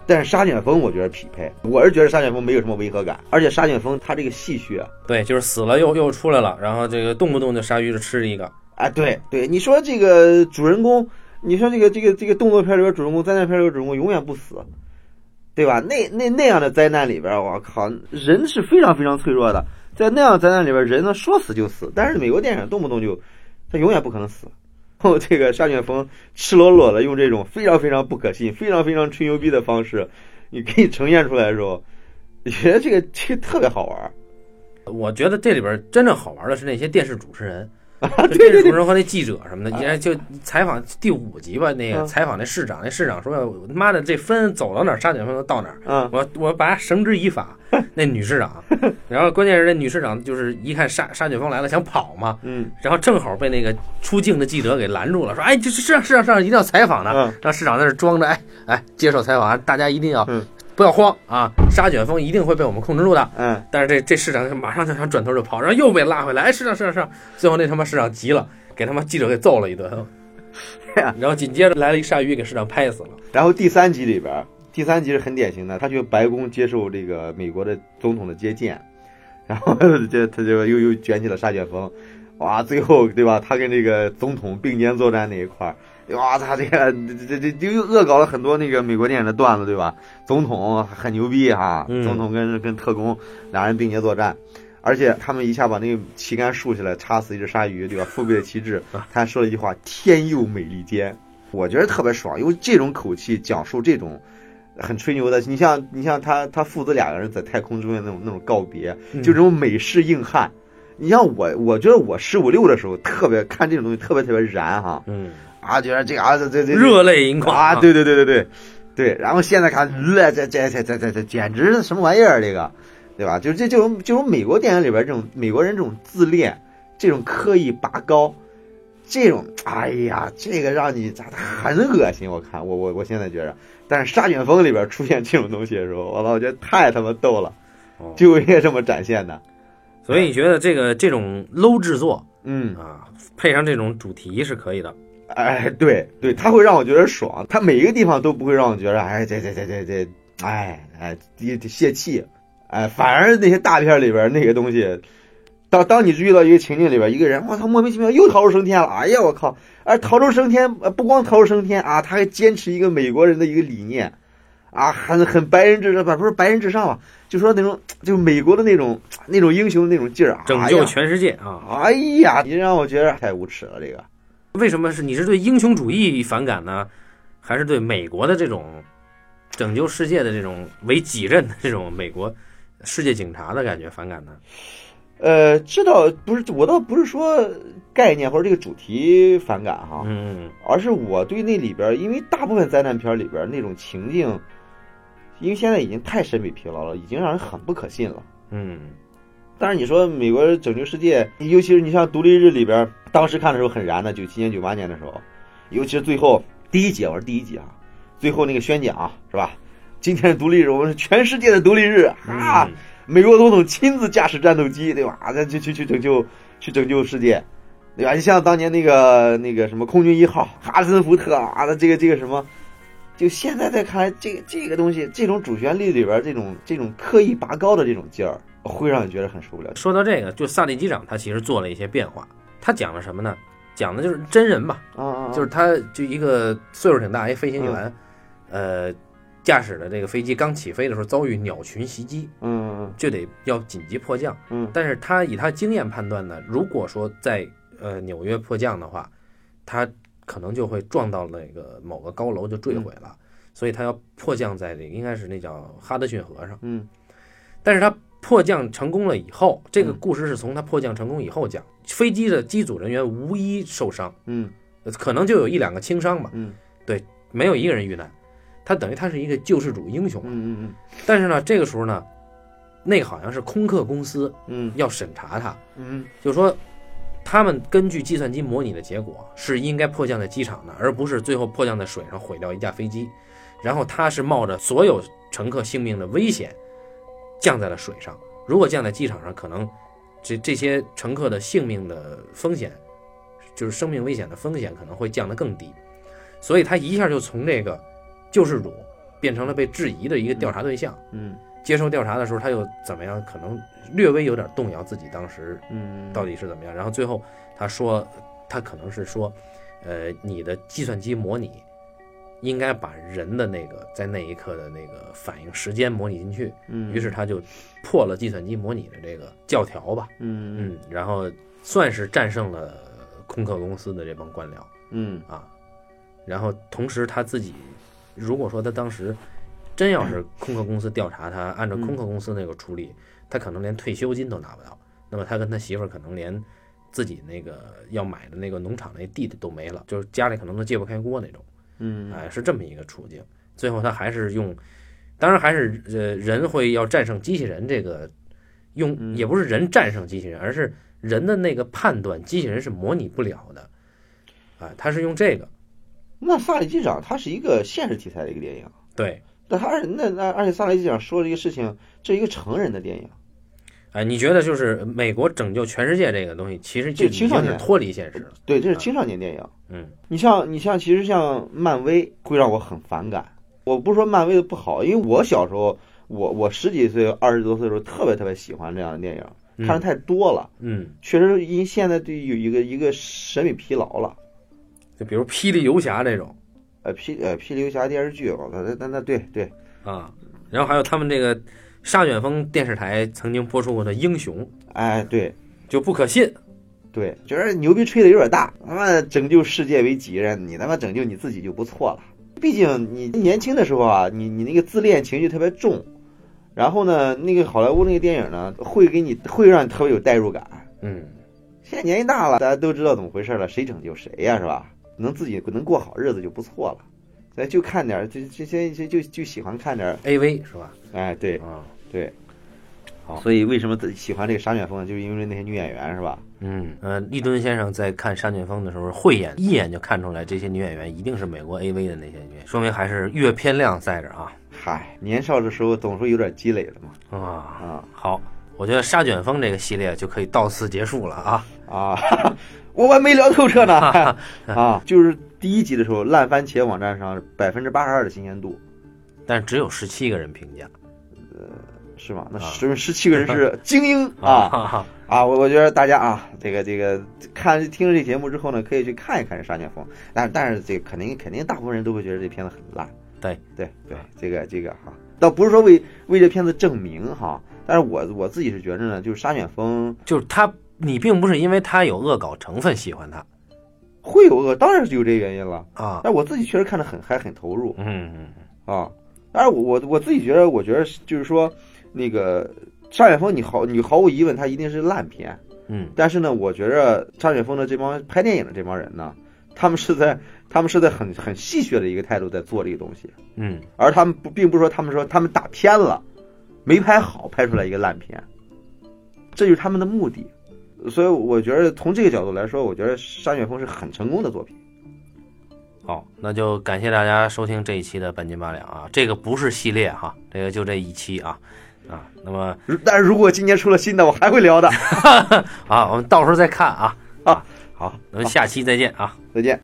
但是沙卷风我觉得匹配，我是觉得沙卷风没有什么违和感，而且沙卷风它这个戏谑啊，
对，就是死了又又出来了，然后这个动不动就鲨鱼就吃一个，
哎，对对，你说这个主人公，你说这个这个这个动作片里边主人公，灾难片里边主人公永远不死，对吧？那那那样的灾难里边，我靠，人是非常非常脆弱的，在那样的灾难里边，人呢说死就死，但是美国电影动不动就，他永远不可能死。 然后这个沙卷风赤裸裸的用这种非常非常不可信、非常非常吹牛逼的方式，你给你呈现出来的时候，你觉得这个这个特别好玩儿。
我觉得这里边真正好玩的是那些电视主持人，就电视主持人和那记者什么的，也就采访第五集吧，那个
嗯
采访那市长，那市长说：“我他妈的，这分走到哪儿，沙卷风就到哪儿。”
嗯
我我把他绳之以法，那女市长，然后关键是那女市长就是一看沙沙卷风来了想跑嘛，
嗯
然后正好被那个出镜的记者给拦住了，说：“哎，这是市长市长市长一定要采访的。”
嗯
让市长在这装着，哎哎，接受采访啊，大家一定要
嗯
不要慌啊，沙卷风一定会被我们控制住的。
嗯，
但是这这市长就马上就想转头就跑，然后又被拉回来。哎，市长，市长，市长！最后那他妈市长急了，给他妈记者给揍了一顿。
嗯
然后紧接着来了一鲨鱼，给市长拍死了。
然后第三集里边儿，第三集是很典型的，他去白宫接受这个美国的总统的接见，然后 这他就又又卷起了沙卷风，哇，最后对吧？他跟这个总统并肩作战那一块儿。哇，他这个这这这又恶搞了很多那个美国电影的段子，对吧？总统很牛逼哈，
嗯
总统跟跟特工俩人并肩作战，而且他们一下把那个旗杆竖起来，插死一只鲨鱼，对吧？父辈的旗帜，他还说了一句话：“天佑美利坚。”我觉得特别爽，用这种口气讲述这种很吹牛的。你像你像他他父子两个人在太空中的那种那种告别，
嗯
就这种美式硬汉。你像我，我觉得我十五六的时候特别看这种东西特别特别燃哈
嗯，
啊，觉得这个啊这这这
热泪盈眶
啊，对对对对对对。然后现在看，呃，这这这这这这简直是什么玩意儿？这个，对吧？就是这这种这种美国电影里边这种美国人这种自恋，这种刻意拔高，这种哎呀，这个让你咋很恶心？我看我我我现在觉着，但是《沙卷风》里边出现这种东西的时候，我操，我觉得太他妈逗了，
哦
就应该这么展现的。
所以你觉得这个这种 low 制作
嗯，
啊，配上这种主题是可以的。
哎，对对，他会让我觉得爽，他每一个地方都不会让我觉得，哎，这这这这这，哎哎，这这泄气，哎，反而那些大片里边那些东西，当当你遇到一个情境里边，一个人，我操，莫名其妙又逃出升天了，哎呀，我靠，而逃出升天，呃不光逃出升天啊，他还坚持一个美国人的一个理念，啊，很很白人至上，不不是白人至上吧，就说那种就美国的那种那种英雄的那种劲儿，
拯
哎
救
呀
全世界啊！
哎呀，你让我觉得太无耻了，这个。
为什么是你是对英雄主义反感呢，还是对美国的这种拯救世界的这种为己任的这种美国世界警察的感觉反感呢？
呃，这倒不是，我倒不是说概念或者这个主题反感哈，
嗯，
而是我对那里边儿，因为大部分灾难片儿里边儿那种情境，因为现在已经太审美疲劳了，已经让人很不可信了。
嗯，
但是你说美国拯救世界，尤其是你像独立日里边儿，当时看的时候很燃的，九七年、九八年的时候，尤其是最后第一集，我是第一集啊，最后那个宣讲啊是吧？今天的独立日，我们是全世界的独立日啊！
嗯，
美国总统亲自驾驶战斗机，对吧？啊，去去去拯救，去拯救世界，对吧？你像当年那个那个什么空军一号哈森福特啊，那这个这个什么，就现在再看来，这个这个东西，这种主旋律里边儿这种这种特意拔高的这种劲儿，会让你觉得很受不了。
说到这个，就萨利机长他其实做了一些变化，他讲了什么呢？讲的就是真人吧，
啊啊，啊
就是他就一个岁数挺大一飞行员，呃，驾驶的这个飞机刚起飞的时候遭遇鸟群袭击，
嗯
就得要紧急迫降。
嗯
但是他以他经验判断呢，如果说在呃纽约迫降的话，他可能就会撞到那个某个高楼就坠毁了，所以他要迫降在这个应该是那叫哈德逊河上。
嗯
但是他迫降成功了以后，这个
嗯
故事是从他迫降成功以后讲，飞机的机组人员无一受伤，
嗯
呃可能就有一两个轻伤吧，
嗯
没有一个人遇难。他等于他是一个救世主英雄
嗯，嗯
但是呢，这个时候呢，那个好像是空客公司
嗯
要审查他，
嗯
就说他们根据计算机模拟的结果是应该迫降在机场的，而不是最后迫降在水上毁掉一架飞机。然后他是冒着所有乘客性命的危险降在了水上，如果降在机场上，可能这这些乘客的性命的风险，就是生命危险的风险可能会降得更低。所以他一下就从这个救世主变成了被质疑的一个调查对象。
嗯
接受调查的时候，他又怎么样？可能略微有点动摇自己当时
嗯，
到底是怎么样。然后最后他说，他可能是说，呃，你的计算机模拟应该把人的那个在那一刻的那个反应时间模拟进去，
嗯，
于是他就破了计算机模拟的这个教条吧，
嗯嗯
嗯，然后算是战胜了空客公司的这帮官僚。
嗯
啊，然后同时他自己，如果说他当时真要是空客公司调查他，按照空客公司那个处理，他可能连退休金都拿不到。那么他跟他媳妇儿可能连自己那个要买的那个农场那地都没了，就是家里可能都揭不开锅那种，
嗯
哎，是这么一个处境。最后他还是用，当然还是呃人会要战胜机器人这个用，也不是人战胜机器人，而是人的那个判断，机器人是模拟不了的，啊，他是用这个。
那《萨利机长》它是一个现实题材的一个电影，
对，
但它而那那而且《萨利机长》说这个事情，这是一个成人的电影，
哎，你觉得就是美国拯救全世界这个东西，其实就
这
已
青
经
少
是
年
脱离现实了。
对，这是青少年电影。
嗯
你像你像其实像漫威会让我很反感，我不是说漫威的不好，因为我小时候我我十几岁二十多岁的时候特别特别喜欢这样的电影，看的
嗯
太多了，
嗯，
确实因为现在对有一个一个审美疲劳了。
就比如《霹雳游侠》这种
呃，霹呃霹雳游侠电视剧，我操，那那那对对，
啊，然后还有他们这个沙卷风电视台曾经播出过的《英雄
哎对》，
就不可信。
对，觉得牛逼吹的有点大，他妈拯救世界为己任，你他妈拯救你自己就不错了。毕竟你年轻的时候啊，你你那个自恋情绪特别重，然后呢，那个好莱坞那个电影呢，会给你会让你特别有代入感。
嗯，
现在年纪大了，大家都知道怎么回事了，谁拯救谁呀、是吧？能自己能过好日子就不错了。咱就看点儿，这这些就就就喜欢看点儿，
A V 是吧？
哎，对
啊，
对。
好
所以为什么喜欢这个沙卷风，就是因为那些女演员是吧？
嗯呃，利敦先生在看沙卷风的时候，慧眼一眼就看出来这些女演员一定是美国 A V 的那些女演员，说明还是阅片量在这儿啊
嗨，年少的时候总是有点积累的嘛。
啊。
啊
好，我觉得沙卷风这个系列就可以到此结束了啊。
啊， 我还没聊透 彻呢啊，就是第一集的时候，烂番茄网站上百分之八十二的新鲜度，
但是只有十七个人评价
是吗？那
啊
十十七个 人是精英啊
哈哈
啊！我我觉得大家啊，这个这个看听了这节目之后呢，可以去看一看这《杀剑锋》，但但是这个肯定肯定大部分人都会觉得这片子很烂。
对
对对
啊，
这个这个哈、倒不是说为为这片子证明哈，但是我我自己是觉着呢，就是《杀卷风》
就是他，你并不是因为他有恶搞成分喜欢他
会有恶，当然是有这个原因了。
啊，
但我自己确实看得很嗨，很投入。
嗯，嗯
啊，当然我我我自己觉得，我觉得是就是说，那个沙远峰你毫你毫无疑问，他一定是烂片。
嗯，
但是呢，我觉着张雪峰的这帮拍电影的这帮人呢，他们是在他们是在很很戏谑的一个态度在做这个东西，
嗯，
而他们不并不是说他们说他们打偏了，没拍好，拍出来一个烂片，这就是他们的目的。所以我觉得从这个角度来说，我觉得山雪峰是很成功的作品。
好，那就感谢大家收听这一期的半斤八两啊，这个不是系列哈，这个就这一期啊啊，那么
如但是如果今年出了新的，我还会聊的。
啊，我们到时候再看啊
啊，好，
咱们下期再见啊。
再见。